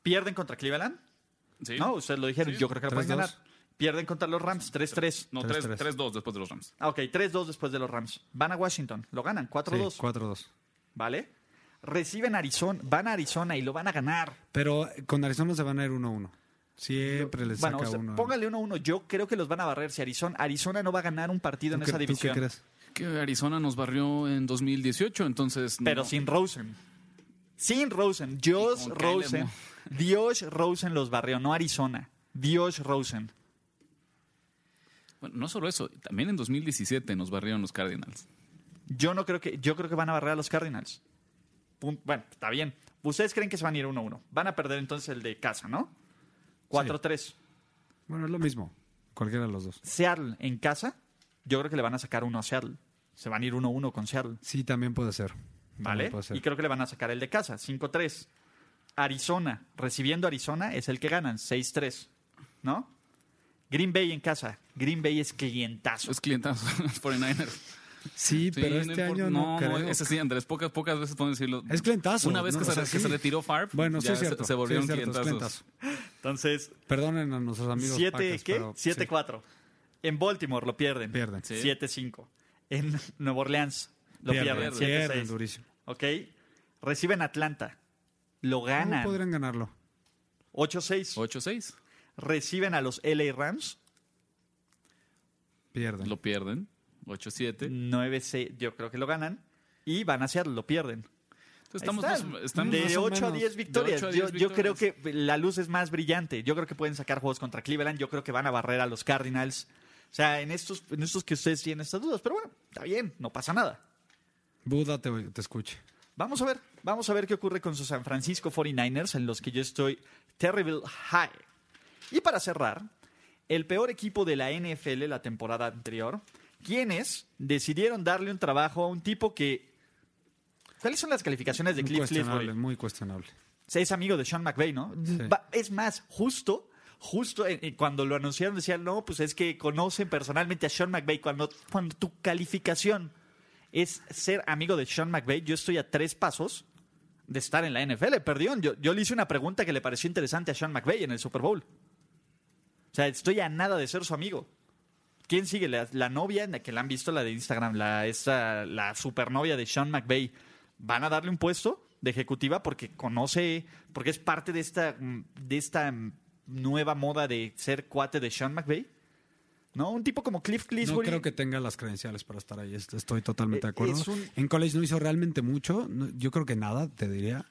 Pierden contra Cleveland. ¿sí? No, ustedes lo dijeron. Sí. Yo creo que lo pueden 3-2. ganar. Pierden contra los Rams 3-3. no 3-3. 3-2 después de los Rams. Ah, ok, 3-2 después de los Rams. Van a Washington, lo ganan 4-2. Sí, 4-2. ¿Vale? Reciben a Arizona, van a Arizona y lo van a ganar. Pero eh, con Arizona se van a ir 1-1. Siempre les bueno, saca o sea, uno. póngale 1-1. Yo creo que los van a barrer. Si Arizona, Arizona no va a ganar un partido ¿Tú en qué- esa tú qué división. crees? Que Arizona nos barrió en 2018, entonces. Pero no. sin Rosen. Sin Rosen. Dios Y con Kyler Rosen. Dios Rosen los barrió, no Arizona. Dios Rosen. Bueno, no solo eso, también en 2017 nos barrieron los Cardinals. Yo no creo que, yo creo que van a barrer a los Cardinals. Pun- Bueno, está bien. Ustedes creen que se van a ir 1-1. Van a perder entonces el de casa, ¿no? 4-3. Bueno, es lo mismo. Cualquiera de los dos. Seattle en casa, yo creo que le van a sacar uno a Seattle. Se van a ir 1-1 con Seattle, Sí, también puede ser. ¿vale? También puede ser. Y creo que le van a sacar el de casa, 5-3. Arizona, recibiendo a Arizona, es el que ganan, 6-3, ¿no? Green Bay en casa, Green Bay es clientazo. Los clientazos, los 49ers. Sí, Sí, pero este impor- año no, creo. ese sí, Andrés, pocas, pocas veces pueden decirlo. Es clientazo, Una vez ¿no? que, O se, sea, que sí. se retiró Favre, Bueno, sí ya es se- cierto. Se volvieron sí es cierto, es clientazos. Entonces, Perdonen a nuestros amigos. 7, Packers, ¿qué? pero 7-4. En Baltimore lo pierden. Pierden. Sí. 7-5. En Nueva Orleans sí. lo pierden. Pierden. 7-6. Pierden durísimo. ¿Ok? Reciben Atlanta. Lo ¿Cómo ganan. podrían ganarlo? 8-6. 8-6. reciben a los LA Rams. Pierden. Lo pierden. 8-7. 9-6, yo creo que lo ganan. Y van a Seattle, lo pierden. Entonces, estamos, Ahí más- están. estamos de más o 8 a menos- 10 de victorias. 8 a yo, 10 yo creo victorias. que la luz es más brillante. Yo creo que pueden sacar juegos contra Cleveland. Yo creo que van a barrer a los Cardinals. O sea, en estos, en estos que ustedes tienen estas dudas. Pero bueno, está bien, no pasa nada. Buda te, te escuche. Vamos a ver, vamos a ver qué ocurre con sus San Francisco 49ers, en los que yo estoy terrible high. Y para cerrar, el peor equipo de la NFL la temporada anterior, quienes decidieron darle un trabajo a un tipo que... ¿Cuáles son las calificaciones de Muy Cliff cuestionable, Clifford? muy cuestionable. Es amigo de Sean McVay, ¿no? Va- Es más, justo, justo eh, eh, cuando lo anunciaron decían, no, pues es que conocen personalmente a Sean McVay. Cuando, cuando tu calificación es ser amigo de Sean McVay, yo estoy a tres pasos de estar en la NFL. Perdón, yo, yo le hice una pregunta que le pareció interesante a Sean McVay en el Super Bowl. O sea, estoy a nada de ser su amigo. ¿Quién sigue? La, la novia en la que la han visto, la de Instagram, la, esa, la supernovia de Sean McVay. ¿Van a darle un puesto de ejecutiva porque conoce, porque es parte de esta, mm, de esta mm, nueva moda de ser cuate de Sean McVay? ¿No? Un tipo como Cliff No Clisbury. creo que tenga las credenciales para estar ahí. est- Estoy totalmente de Eh, acuerdo. es un- En college no hizo realmente mucho. no- yo creo que nada, te diría.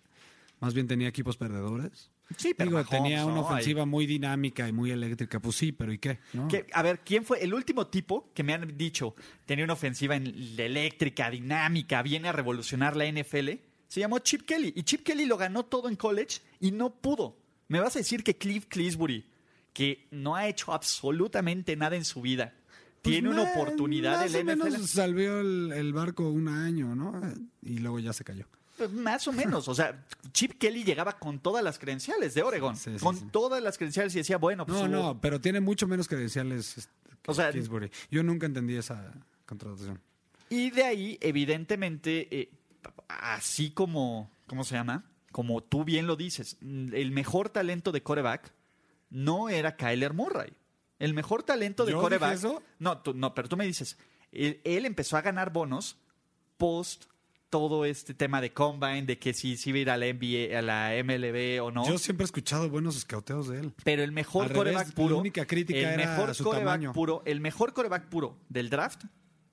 Más bien tenía equipos perdedores. Sí, pero Digo, Mahomes, tenía una ¿no? Ahí. ofensiva muy dinámica y muy eléctrica. Pues sí, pero ¿y qué? ¿No? Que- a ver, ¿quién fue el último tipo que me han dicho tenía una ofensiva en- eléctrica, dinámica, viene a revolucionar la NFL? Se llamó Chip Kelly. Y Chip Kelly lo ganó todo en college y no pudo. ¿Me vas a decir que Cliff Clisbury, que no ha hecho absolutamente nada en su vida, Pues tiene ma- una oportunidad más en la o NFL? menos salvió el, el barco un año, ¿no? Y luego ya se cayó. Pues más o menos. O sea, Chip Kelly llegaba con todas las credenciales de Oregon. Sí, sí, con sí. todas las credenciales y decía, bueno, pues. No, hubo- no, pero tiene mucho menos credenciales este, que O sea, Kingsbury. Yo nunca entendí esa contratación. Y de ahí, evidentemente, eh, así como, ¿cómo se llama? Como tú bien lo dices, mm, el mejor talento de coreback no era Kyler Murray. El mejor talento de ¿Yo coreback. dije eso? No, tú- no, pero tú me dices, él, él empezó a ganar bonos post todo este tema de combine, de que si, si iba a ir a la NBA, a la MLB o no. Yo siempre he escuchado buenos escauteos de él. Pero el mejor Al revés, coreback la puro. única crítica el era mejor su quarterback tamaño. puro, el mejor coreback puro del draft,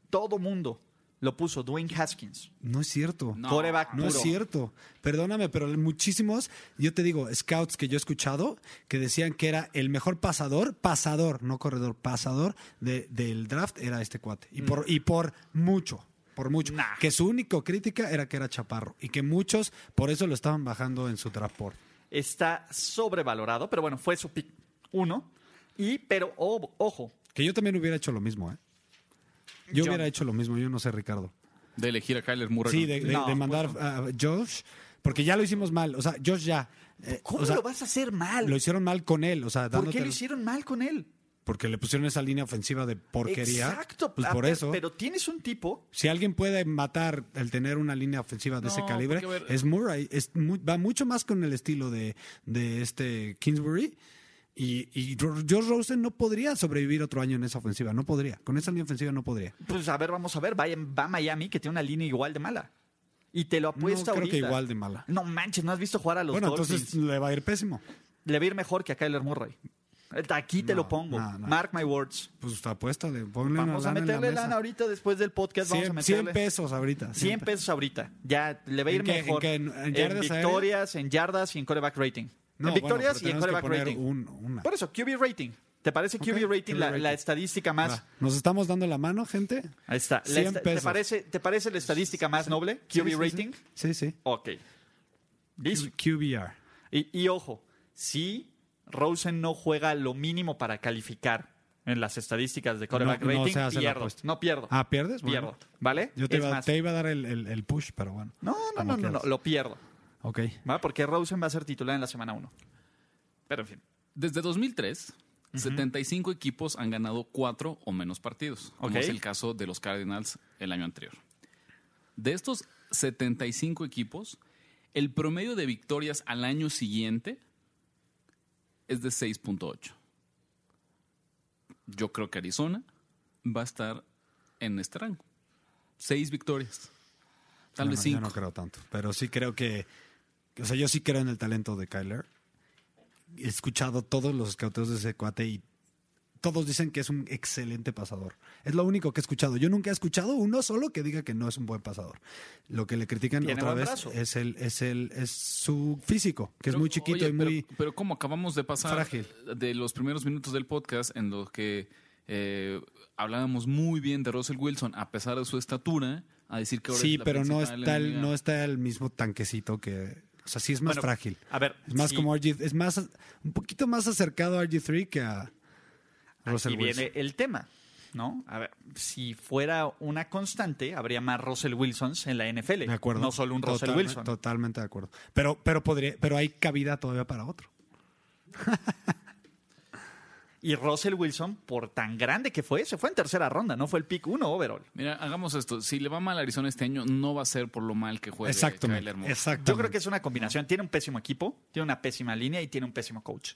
todo mundo lo puso Dwayne Haskins. No es cierto. No, coreback No puro. es cierto. Perdóname, pero muchísimos, yo te digo, scouts que yo he escuchado que decían que era el mejor pasador, pasador, no corredor, pasador de- del draft era este cuate. Y por, y por mucho. por mucho. Mm. Nah. Que su única crítica era que era chaparro y que muchos por eso lo estaban bajando en su draft board. Está sobrevalorado, pero bueno, fue su pick uno. Y, pero, oh, ojo, Que yo también hubiera hecho lo mismo, ¿eh? Yo- Yo hubiera hecho lo mismo, yo no sé, Ricardo. De elegir a Kyler Murray. Sí, ¿no? de, de- No, de mandar pues a Josh, porque ya lo hicimos mal. O sea, Josh ya. eh, ¿cómo o sea, lo vas a hacer mal? lo hicieron mal con él, o sea, ¿Por qué dándote- lo hicieron mal con él? porque le pusieron esa línea ofensiva de porquería. Exacto. Pues a por ver, eso. Pero tienes un tipo Si alguien puede matar el tener una línea ofensiva de ese No, calibre, porque, a ver- es Murray. Es mu- va mucho más con el estilo de, de este Kingsbury. Y, y George Rosen no podría sobrevivir otro año en esa ofensiva. No podría. Con esa línea ofensiva no podría. Pues a ver, vamos a ver. Va, va Miami, que tiene una línea igual de mala. Y te lo apuesta No, creo ahorita. que igual de mala. No manches, no has visto jugar a los bueno, Dolphins. entonces le va a ir pésimo. Le va a ir mejor que a Kyler Murray. Aquí te No, lo pongo. no, no. Mark my words. Pues apuéstale, ponle Vamos a una lana en la meterle mesa. lana ahorita después del podcast. vamos a 100, 100 meterle 100 pesos ahorita. pesos ahorita. Ya le va a ir ¿En qué? ¿En mejor. qué? ¿En- en yardas aéreas? victorias, en yardas y en coreback rating. No, en bueno, victorias pero y en tenemos que coreback poner rating. un- una. Por eso, QB rating. ¿Te parece Ok, QB rating, QB la, rating. la estadística más? Va. Nos estamos dando la mano, gente. Ahí está. La 100 esta- ¿te, pesos. parece, ¿Te parece la estadística más noble? QB Sí, sí, sí. rating. Sí, sí. Ok. Listo. QBR. Y, y ojo, si Rosen no juega lo mínimo para calificar en las estadísticas de quarterback No, no rating, se hace la pierdo. apuesta. No pierdo. Ah, ¿pierdes? Bueno. pierdo. ¿Vale? Yo te Es iba, más, te iba a ah, dar el, el- el push, pero bueno. No, no, Como no, no, no, quieras. lo pierdo. Ok. ¿va? Porque Rosen va a ser titular en la semana 1. Pero en fin. Desde 2003, 75 equipos han ganado cuatro o menos partidos, como Ok. es el caso de los Cardinals el año anterior. De estos 75 equipos, el promedio de victorias al año siguiente es de 6.8. Yo creo que Arizona va a estar en este rango. Seis victorias. Tal No, vez no, cinco. Yo no creo tanto, pero sí creo que... O sea, yo sí creo en el talento de Kyler. He escuchado todos los escauteos de ese cuate y todos dicen que es un excelente pasador. Es lo único que he escuchado. Yo nunca he escuchado uno solo que diga que no es un buen pasador. Lo que le critican Tiene otra buen vez brazo. es el es el es su físico, que Pero, es muy chiquito oye, y muy Pero, pero como acabamos de pasar frágil. de los primeros minutos del podcast en los que eh, hablábamos muy bien de Russell Wilson, a pesar de su estatura, a decir que ahora Sí, es la pero no principal está el, enemiga. no está el mismo tanquecito que o sea, sí es más Bueno, frágil. A ver, Es más si- como RG, es más un poquito más acercado a RG3 que a Russell Aquí Wilson. viene el tema, ¿no? A ver, si fuera una constante, habría más Russell Wilsons en la NFL. De acuerdo. No solo un Russell Totalme- Wilson. Totalmente de acuerdo. Pero pero podría pero hay cabida todavía para otro. Y Russell Wilson, por tan grande que fue, se fue en tercera ronda, no fue el pick 1 overall. Mira, hagamos esto. Si le va mal a Arizona este año, no va a ser por lo mal que juegue Exactamente. Kyler Murray. Exactamente. Yo creo que es una combinación. Tiene un pésimo equipo, tiene una pésima línea y tiene un pésimo coach.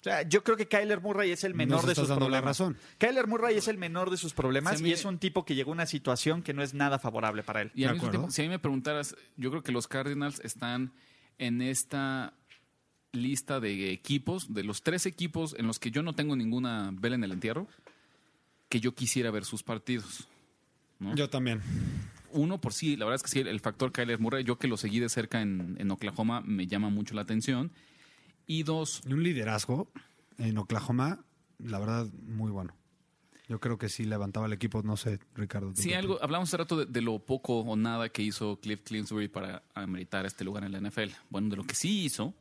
O sea, yo creo que Kyler Murray es el menor Nos de estás sus dando la problemas. razón. Kyler Murray es el menor de sus problemas Sí, a mí- y es un tipo que llegó a una situación que no es nada favorable para él. Y al De mismo acuerdo. tiempo, si a mí me preguntaras, yo creo que los Cardinals están en esta lista de equipos, de los tres equipos en los que yo no tengo ninguna vela en el entierro, que yo quisiera ver sus partidos. Yo también. uno por sí, la verdad es que sí, el factor Kyler Murray, yo que lo seguí de cerca en, en Oklahoma, me llama mucho la atención. Y dos, Y un liderazgo en Oklahoma, la verdad muy bueno. Yo creo que sí levantaba el equipo, no sé, Ricardo. ¿tú sí, qué algo, hablamos hace rato de, de lo poco o nada que hizo Cliff Clinsbury para ameritar este lugar en la NFL. Bueno, de lo que sí hizo,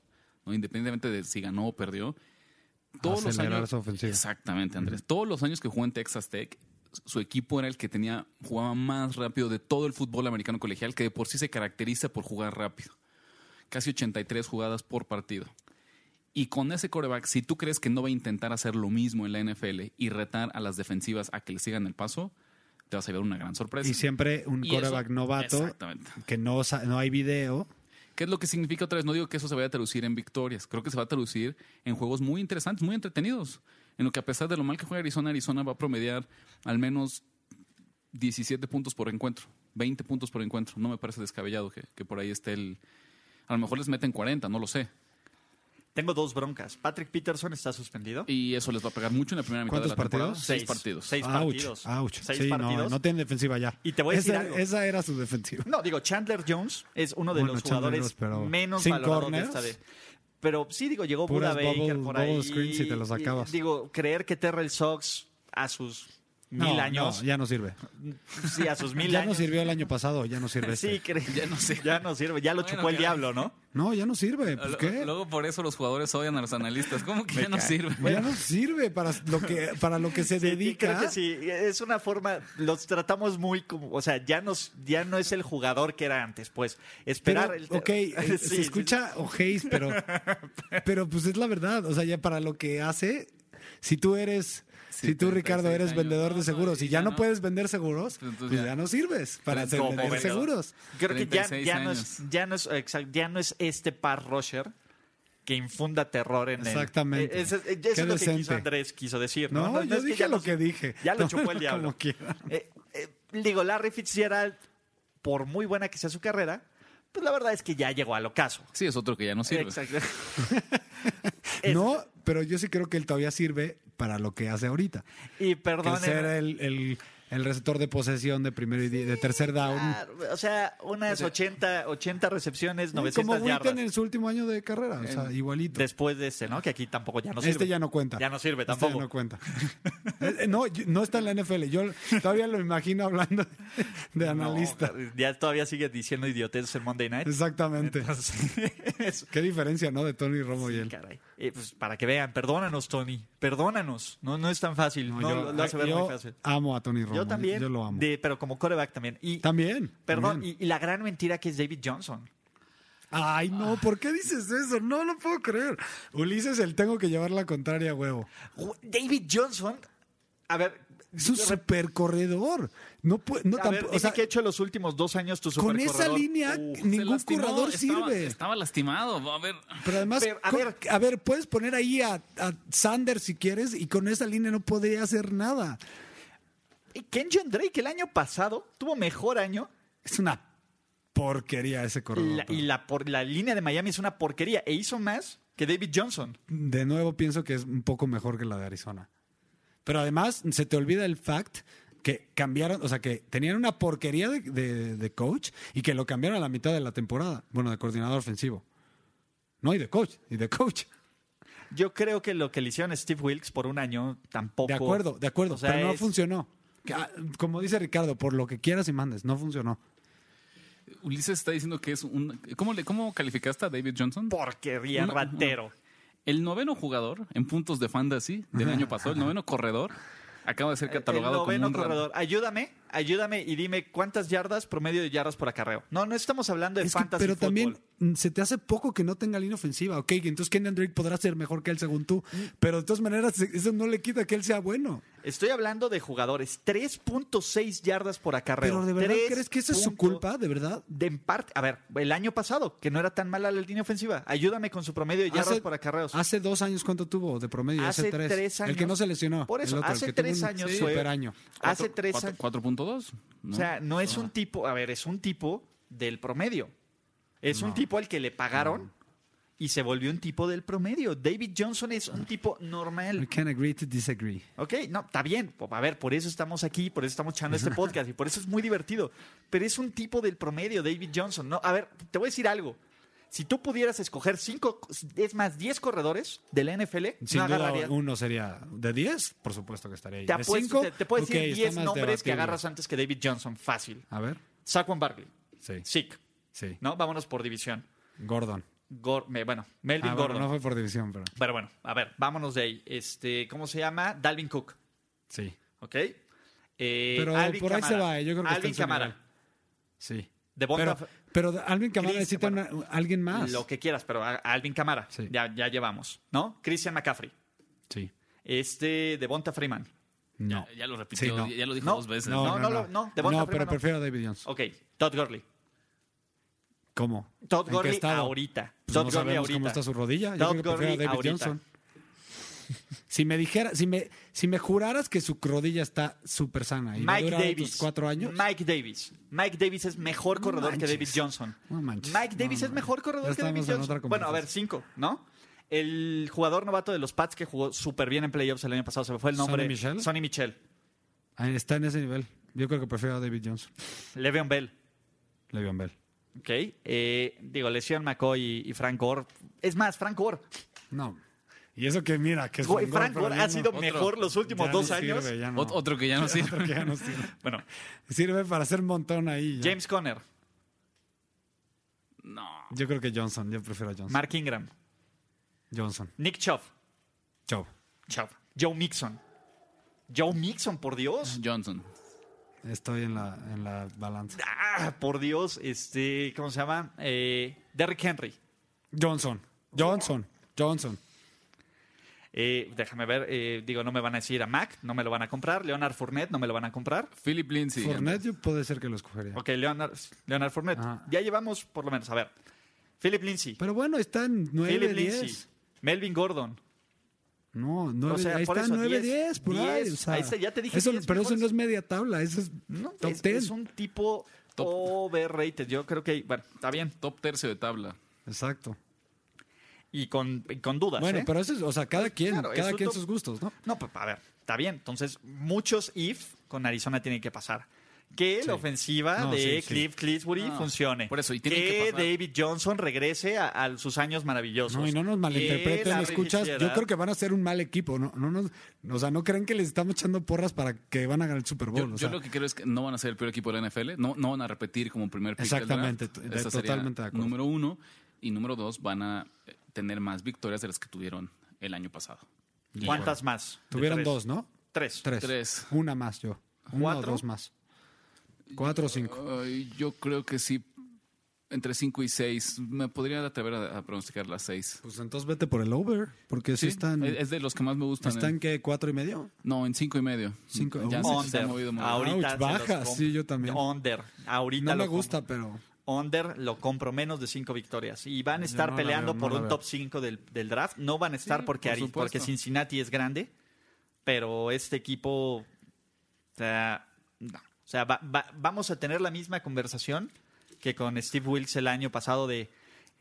¿no? independientemente de si ganó o perdió, todos los Acelerar años. su ofensiva. Exactamente, Andrés. Todos los años que jugó en Texas Tech, su equipo era el que tenía, jugaba más rápido de todo el fútbol americano colegial, que de por sí se caracteriza por jugar rápido. Casi 83 jugadas por partido. Y con ese coreback, si tú crees que no va a intentar hacer lo mismo en la NFL y retar a las defensivas a que le sigan el paso, te vas a ver una gran sorpresa. Y siempre un Y coreback eso- novato Exactamente. que no, sa- no hay video. ¿Qué es lo que significa otra vez? No digo que eso se vaya a traducir en victorias. Creo que se va a traducir en juegos muy interesantes, muy entretenidos. En lo que a pesar de lo mal que juega Arizona, Arizona va a promediar al menos 17 puntos por encuentro, 20 puntos por encuentro. No me parece descabellado que, que por ahí esté el... A lo mejor les meten 40, no lo sé. Tengo dos broncas. Patrick Peterson está suspendido. Y eso les va a pegar mucho en la primera mitad de la ¿Cuántos temporada. partidos? Seis partidos. Seis Ouch, partidos. ouch. Seis Sí, partidos. no, no tienen defensiva ya. Y te voy a decir esa, algo. esa era su defensiva. No, digo, Chandler Jones es uno de Bueno, los Chandler jugadores Jones, pero menos sin valorados corners. de esta de. Pero sí, digo, llegó Buda Puras Baker bubble- por bubble ahí. screens y te los acabas. Digo, creer que Terrell Sox a sus mil años. ya no sirve. Sí, a sus mil ya años. no sirvió el año pasado, ya no sirve Sí, este. cre- Ya no sé. Ya no sirve, ya lo Bueno, chupó el que- diablo, ¿no? No, ya no sirve. Pues, Lo- ¿qué? Luego por eso los jugadores odian a los analistas. ¿Cómo que Me ya no cae. sirve? Ya no sirve para lo que, para lo que se Sí, dedica. Creo que sí, es una forma, los tratamos muy como, o sea, ya, nos, ya no es el jugador que era antes, pues Pero, esperar el... ok, eh, Sí, se sí, escucha ojéis, pero, pero pues es la verdad. O sea, ya para lo que hace, si tú eres, Sí, si tú, 36 Ricardo, eres años. vendedor No, de no, seguros y y ya ya no no. puedes vender seguros, Entonces pues ya- ya no sirves para Eres hacer como vender vendedor. seguros. Creo que ya, 36 ya, no años. es, ya, no es, exacto, ya no es este par rusher que infunda terror en él. E, Exactamente. Eso, es- eso Qué es lo que decente. quiso Andrés quiso decir. No, No, No, no yo es que dije ya lo nos- que dije. Ya lo No, chupó el como diablo. quiera. Eh, eh, digo, Larry Fitzgerald, por muy buena que sea su carrera, pues la verdad es que ya llegó al ocaso. Sí, es otro que ya no sirve. Exacto. Es- pues. No, pero yo sí creo que él todavía sirve para lo que hace ahorita. Y Que perdón. es ser eh, el, el, el receptor de posesión de primero y die- de tercer down. eh, ah, O sea, unas 80, 80 recepciones, Como 900 yardas. Witten en su último año de carrera, o sea, igualito. Después de este, ¿no? Que aquí tampoco ya no sirve. este ya no cuenta. Ya no sirve Este tampoco. ya no cuenta. Eh, eh, no, yo- no está en la NFL. Yo todavía lo imagino hablando de No, analista. ya todavía sigue diciendo idioteces en Monday Night. Exactamente. Entonces, Qué diferencia, ¿no? De Tony Romo y él. caray. Eh, pues, para que vean, perdónanos, Tony. Perdónanos. No, no es tan fácil. No, yo, lo, lo hace ver yo muy fácil. amo a Tony Romo. Yo también. Yo lo amo. de- pero como coreback también. Y, También. Perdón, también. y, y la gran mentira que es David Johnson. Ay, no, ¿por qué dices eso? No lo puedo creer. Ulises, el tengo que llevar la contraria, huevo. Ju- David Johnson, a ver, Es un re- super corredor. No puede, no a ver, tampoco, dime o sea, qué ha hecho en los últimos dos años tu con supercorredor. esa línea Uf. Se ningún lastimó, corredor estaba- sirve. Estaba lastimado. A ver, Pero además, Pero, a con- ver. a ver, puedes poner ahí a, a Sanders si quieres y con esa línea no podría hacer nada. Y Kenyon Drake Eh, el año pasado tuvo mejor año Es una porquería ese corredor. la- y la, por, la línea de Miami es una porquería e hizo más que David Johnson. De nuevo pienso que es un poco mejor que la de Arizona. Pero además se te olvida el fact que cambiaron, o sea, que tenían una porquería de, de- de coach y que lo cambiaron a la mitad de la temporada. Bueno, de coordinador ofensivo. No, y de coach, y de coach. Yo creo que lo que le hicieron a Steve Wilkes por un año tampoco. De acuerdo, de acuerdo, O sea, pero no es- funcionó. Que, ah, Como dice Ricardo, por lo que quieras y mandes, no funcionó. Ulises está diciendo que es un. ¿Cómo, le, cómo calificaste a David Johnson? Porquería, Una- ratero. El noveno jugador en puntos de fantasy del año pasado, el noveno corredor, acaba de ser catalogado el como noveno un ra- corredor. Ayúdame, ayúdame y dime cuántas yardas promedio de yardas por acarreo. No, no estamos hablando de Es que- fantasy pero fútbol. también mm, se te hace poco que no tenga línea ofensiva. Ok, que entonces Kenyan Drake podrá ser mejor que él según tú. Mm. Pero de todas maneras, eso no le quita que él sea bueno. Estoy hablando de jugadores. 3.6 yardas por acarreo. Pero de verdad, Tres ¿crees que esa es su punto- culpa? ¿De verdad? De en parte, a ver, el año pasado, que no era tan mala la línea ofensiva. Ayúdame con su promedio de yardas por acarreos. hace dos años, ¿cuánto tuvo de promedio? Hace, Hace tres. tres El que años. no se lesionó. Por eso, el otro, el hace que tuvo tres un años fue- superaño. Cuatro- Hace tres cuatro- años. 4.2. ¿no? O sea, no es un tipo, a ver, es un tipo del promedio. Es un tipo al que le pagaron y se volvió un tipo del promedio. David Johnson es Ah. un tipo normal. We can agree to disagree. Ok, no, está bien. Po- A ver, por eso estamos aquí, por eso estamos echando este podcast y por eso es muy divertido. Pero es un tipo del promedio, David Johnson. No, a ver, te voy a decir algo. Si tú pudieras escoger cinco, es más, 10 corredores de la NFL, Sin no duda, agarrarías. uno sería de 10, por supuesto que estaría ahí. Te, de apuesto- 5, te, te puedo decir 10 nombres que agarras agarras. antes que David Johnson, fácil. A ver, Saquon Barkley, sí, Sick, sí. ¿no? Vámonos por división. Gordon. Gor- me- bueno, Melvin Ah, bueno, Gordon. no fue por división, pero Pero bueno, a ver, vámonos de ahí. Este, ¿Cómo se llama? Dalvin Cook. sí. ¿Ok? Eh, Pero Alvin por ahí Kamara. se va, eh, yo creo que está Alvin en su Kamara. nivel. Sí. Devonta Pero, pero Alvin Kamara Chris, necesita bueno. una- alguien más. Lo que quieras, pero a- a Alvin Kamara. Sí. Ya, ya llevamos, ¿no? Christian McCaffrey. Sí. Este, Devonta Freeman. No. Ya lo repitió, Sí, no. ya lo dijo No, dos veces. no, no, lo- no, Devonta No, Freeman pero no. prefiero a David Johnson. Ok, Todd Gurley. ¿Cómo? Todd ¿En qué Gurley estado? ahorita. Pues Todd no Gurley sabemos ahorita. cómo está su rodilla. Yo Todd creo que prefiero a Gurley David ahorita. Johnson. Si me dijera, si me, si me juraras que su rodilla está súper sana y va a Mike durar otros Davis. cuatro años, Mike Davis. Mike Davis es mejor corredor que David manches. Johnson. No manches. Mike No, Davis no, es no. mejor corredor Ya que David estamos en Johnson. otra Bueno, a conversación. ver, cinco, ¿no? El jugador novato de los Pats que jugó súper bien en playoffs el año pasado, se me fue el nombre. ¿Sonny Michel? Sonny Michel. ah, está en ese nivel. Yo creo que prefiero a David Johnson. Le'Veon Bell. Le'Veon Bell. Ok. eh, digo, lesión McCoy y, y Frank Gore. Es más, Frank Gore. No. Y eso que mira, que es Güey, fregón, Frank pero Gore ya ha no- sido Otro. mejor los ya últimos ni dos sirve, años. ya no. Ot- Otro que ya no sirve. Otro que ya no sirve. Bueno, Sirve para hacer montón ahí. ya. James Conner, No. Yo creo que Johnson, yo prefiero a Johnson. Mark Ingram, Johnson. Nick Chubb, Chau. Chubb, Joe Mixon. Joe Mixon, por Dios. Johnson. Estoy en la, en la balanza. Ah, por Dios, este, ¿cómo se llama? Eh, Derrick Henry. Johnson. Johnson. Johnson. Eh, déjame ver, eh, digo, no me van a decir a Mac, no me lo van a comprar. Leonard Fournette, no me lo van a comprar. Philip Lindsay. Fournette yo puede ser que lo escogería. Ok, Leonard, Leonard Fournette. Ajá. Ya llevamos, por lo menos, a ver. Philip Lindsay, Pero bueno, está en 9, Philip 10. Lindsay, Melvin Gordon. No, 9, O sea, ahí por está eso, 9, 10. 10, por ahí. o sea, ahí está, ya te dije eso- 10 pero eso mejores. no es media tabla, eso es No, top es, 10. es un tipo Top. overrated. Yo creo que, bueno, está bien. Top tercio de tabla. Exacto. Y con, y con dudas. Bueno, ¿eh? pero eso es, o sea, cada quien, claro, es cada su quien top. sus gustos, ¿no? No, pues a ver, está bien. Entonces, muchos if con Arizona tienen que pasar. Que la ofensiva No, de sí, sí. Cliff Cliffsbury No, funcione. por eso, y tienen que pasar. David Johnson regrese a, a sus años maravillosos. No, y no nos Que malinterpreten, Pues, la escuchas. Yo religiosidad- creo que van a ser un mal equipo. No, no nos, o sea, no crean que les estamos echando porras para que van a ganar el Super Bowl. Yo, o yo sea, lo que creo es que no van a ser el peor equipo de la NFL. No, no van a repetir como primer pick del Exactamente, draft. t- de- Esa sería totalmente de acuerdo. Número uno. Y número dos, van a eh, tener más victorias de las que tuvieron el año pasado. ¿Cuántas más? De Tuvieron tres. dos, ¿no? Tres. Tres. Tres. Una más yo. Una o ¿Cuatro? dos más. Cuatro o cinco. Ay, yo creo que sí. Entre 5 y 6. Me podría atrever a, a pronosticar las 6. Pues entonces vete por el over, porque si Pues están, Es es de los que más me gustan. están en- que cuatro y medio. no, en 5 y medio. Cinco- ya Under. se, se han movido Under. mucho. Ahorita Ouch, se los baja, compro. sí, yo también. Under. Ahorita No lo me compro. gusta, pero Under lo compro menos de cinco victorias. Y van a Yo estar no la peleando veo, no por la un veo. top 5 del, del draft. No van a estar Sí, porque, por Ari- supuesto. porque Cincinnati es grande. Pero este equipo. O sea, no. O sea, va- va- vamos a tener la misma conversación que con Steve Wilkes el año pasado de.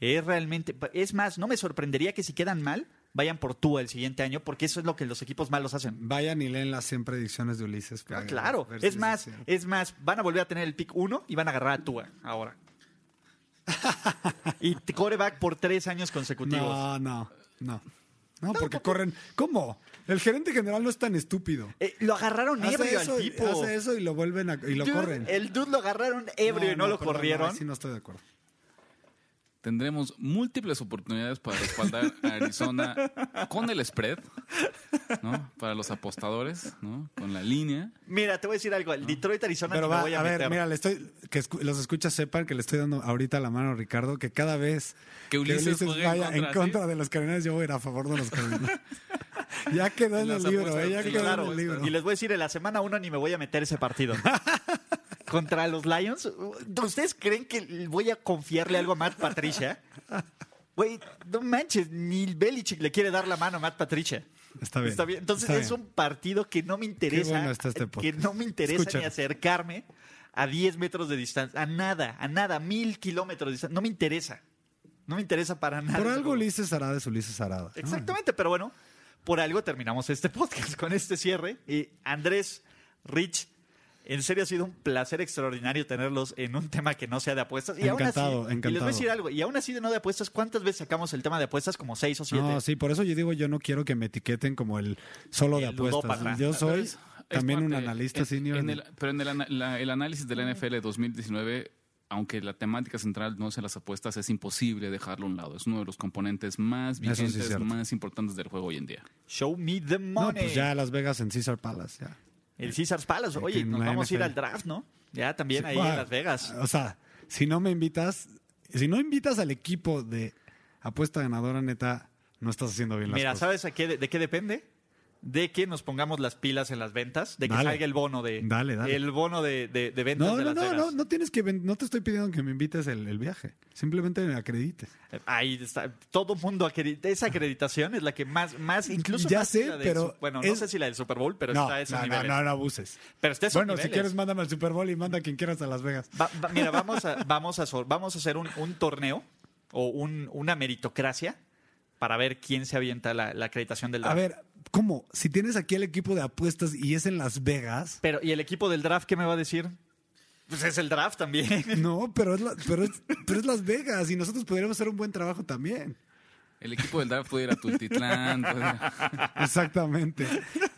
Es realmente. Es más, no me sorprendería que si quedan mal, vayan por Tua el siguiente año, porque eso es lo que los equipos malos hacen. vayan y leen las 100 predicciones de Ulises. Ah, para claro, ver si es más, cierto. es más, van a volver a tener el pick 1 y van a agarrar a Tua ahora. y t- coreback por tres años consecutivos. No, no, no. No, porque corren. ¿Cómo? El gerente general no es tan estúpido. Eh, lo agarraron Hace ebrio eso, al tipo. hace eso y lo vuelven a, y lo Dude, corren. El dude lo agarraron ebrio y no, lo perdón, corrieron. ahí Sí, no estoy de acuerdo. Tendremos múltiples oportunidades para respaldar a Arizona con el spread, ¿no? Para los apostadores, ¿no? Con la línea. Mira, te voy a decir algo. El Detroit Arizona Pero me va, voy a, a, ver, meter. mira, le estoy, que escu- los escuchas sepan que le estoy dando ahorita la mano a Ricardo, que cada vez Que Ulises juegue en vaya en contra, contra, ¿sí? de los cardinales, yo voy a ir a favor de los cardinales. ya quedó en Las el libro, apuestas, eh, ya sí, Sí, quedó claro. en el libro. Y les voy a decir, en la semana 1 ni me voy a meter ese partido. Contra los Lions, ¿ustedes creen que voy a confiarle algo a Matt Patricia? Güey, no manches, ni Belichick le quiere dar la mano a Matt Patricia. Está bien. Está bien. Entonces está es bien. un partido que no me interesa. bueno está este que podcast. no me interesa Escúchalo. ni acercarme a 10 metros de distancia. A nada, a nada, mil kilómetros de distancia. No me interesa. No me interesa para nada. Por ese algo juego. Ulises Arada es Ulises Arada. ¿no? Exactamente, pero bueno, por algo terminamos este podcast con este cierre. Y Andrés, Rich, en serio ha sido un placer extraordinario tenerlos en un tema que no sea de apuestas. Y Encantado, aún así, Y les voy encantado. a decir algo, y aún así de no de apuestas, ¿cuántas veces sacamos el tema de apuestas? Como seis o siete. No, sí, por eso yo digo, yo no quiero que me etiqueten como el solo de El ludópata. apuestas. Yo soy Es- es también un parte- analista en- senior. en el- pero en el, ana- la- el análisis de la NFL 2019, aunque la temática central no sea las apuestas, es imposible dejarlo a un lado. Es uno de los componentes más Eso sí es vigentes, cierto. más importantes del juego hoy en día. Show me the no, money. pues ya Las Vegas en Caesar Palace. ya. El Caesars Palace. Oye, que nos la vamos a ir NFL. al draft, ¿no? Ya también Sí, ahí bueno, ah, en Las Vegas. O sea, si no me invitas, si no invitas al equipo de apuesta ganadora, neta, no estás haciendo bien las Mira, cosas. ¿sabes a qué, de, de qué depende? De que nos pongamos las pilas en las ventas, de que Dale. salga el bono de Dale, dale. el bono de, de- de ventas No, de no, Las no, Vegas. no, no tienes que, ven- no te estoy pidiendo que me invites el, el viaje. Simplemente me acredites. Ahí está, todo mundo acredita, esa acreditación es la que más, más incluso Ya más sé, que la del pero Sup- bueno, no es- sé si la del Super Bowl, pero no, está a esos no, no, niveles. no, no abuses. Pero está a esos Bueno, si niveles. quieres, mándame al Super Bowl y manda a quien quieras a Las Vegas. Va- va- mira, vamos a, vamos a, sor- vamos a hacer un, un torneo o un- una meritocracia para ver quién se avienta la, la acreditación del A draft. ver, ¿cómo? Si tienes aquí el equipo de apuestas y es en Las Vegas. Pero, ¿y el equipo del draft qué me va a decir? Pues es el draft también. No, pero es, la- pero, es, pero es Las Vegas y nosotros podríamos hacer un buen trabajo también. El equipo del draft puede ir a Tultitlán. puede ir a- Exactamente.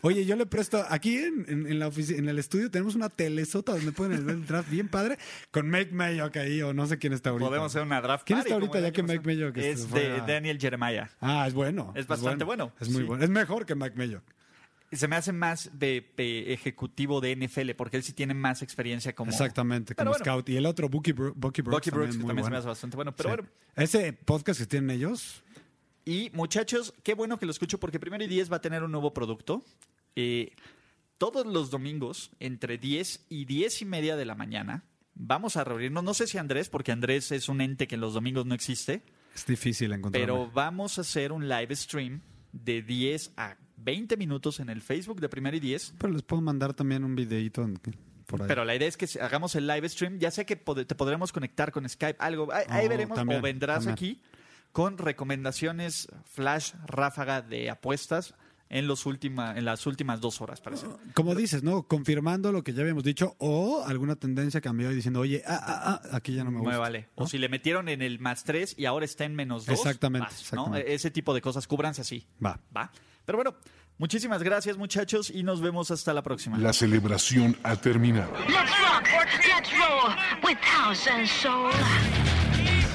Oye, yo le presto. Aquí en, en- en la ofici- en el estudio tenemos una telesota donde pueden ver el draft bien padre con Mike Mayock ahí o no sé quién está ahorita. Podemos hacer una draft. ¿Quién party, está ahorita como el ya año que pasado? Mike Mayock este Es fue de a- Daniel Jeremiah. Ah, es bueno. Es bastante bueno, Es muy sí. bueno. Es mejor que Mike Mayock. Se me hace más de, pe- ejecutivo de NFL porque él sí tiene más experiencia como. Exactamente, Pero como bueno. scout. Y el otro, Bucky, Bro- Bucky Brooks. Bucky Brooks, que también muy se me bueno. hace bastante bueno. Pero Sí. bueno, Ese podcast que tienen ellos, Y muchachos, qué bueno que lo escucho porque Primero y 10 va a tener un nuevo producto. Eh, todos los domingos, entre 10 y 10 y media de la mañana, vamos a reunirnos. No sé si Andrés, porque Andrés es un ente que los domingos no existe, es difícil encontrar. pero vamos a hacer un live stream de 10 a 20 minutos en el Facebook de Primero y 10. Pero les puedo mandar también un videito en- por ahí. Pero la idea es que si- hagamos el live stream. Ya sé que pod- te podremos conectar con Skype, algo. Ahí, ahí Oh, veremos también, o vendrás también. aquí con recomendaciones flash ráfaga de apuestas en los última, en las últimas dos horas, parece. Como dices, ¿no? Confirmando lo que ya habíamos dicho o alguna tendencia cambió y diciendo, oye, ah, ah, ah, aquí ya no me Me gusta. vale. ¿no? O si le metieron en el más tres y ahora está en menos dos. Exactamente, vas, ¿no? exactamente. E- Ese tipo de cosas. Cúbranse así. Va. Va. Pero bueno, muchísimas gracias, muchachos, y nos vemos hasta la próxima. La celebración ha terminado. Let's rock, let's roll with house and soul.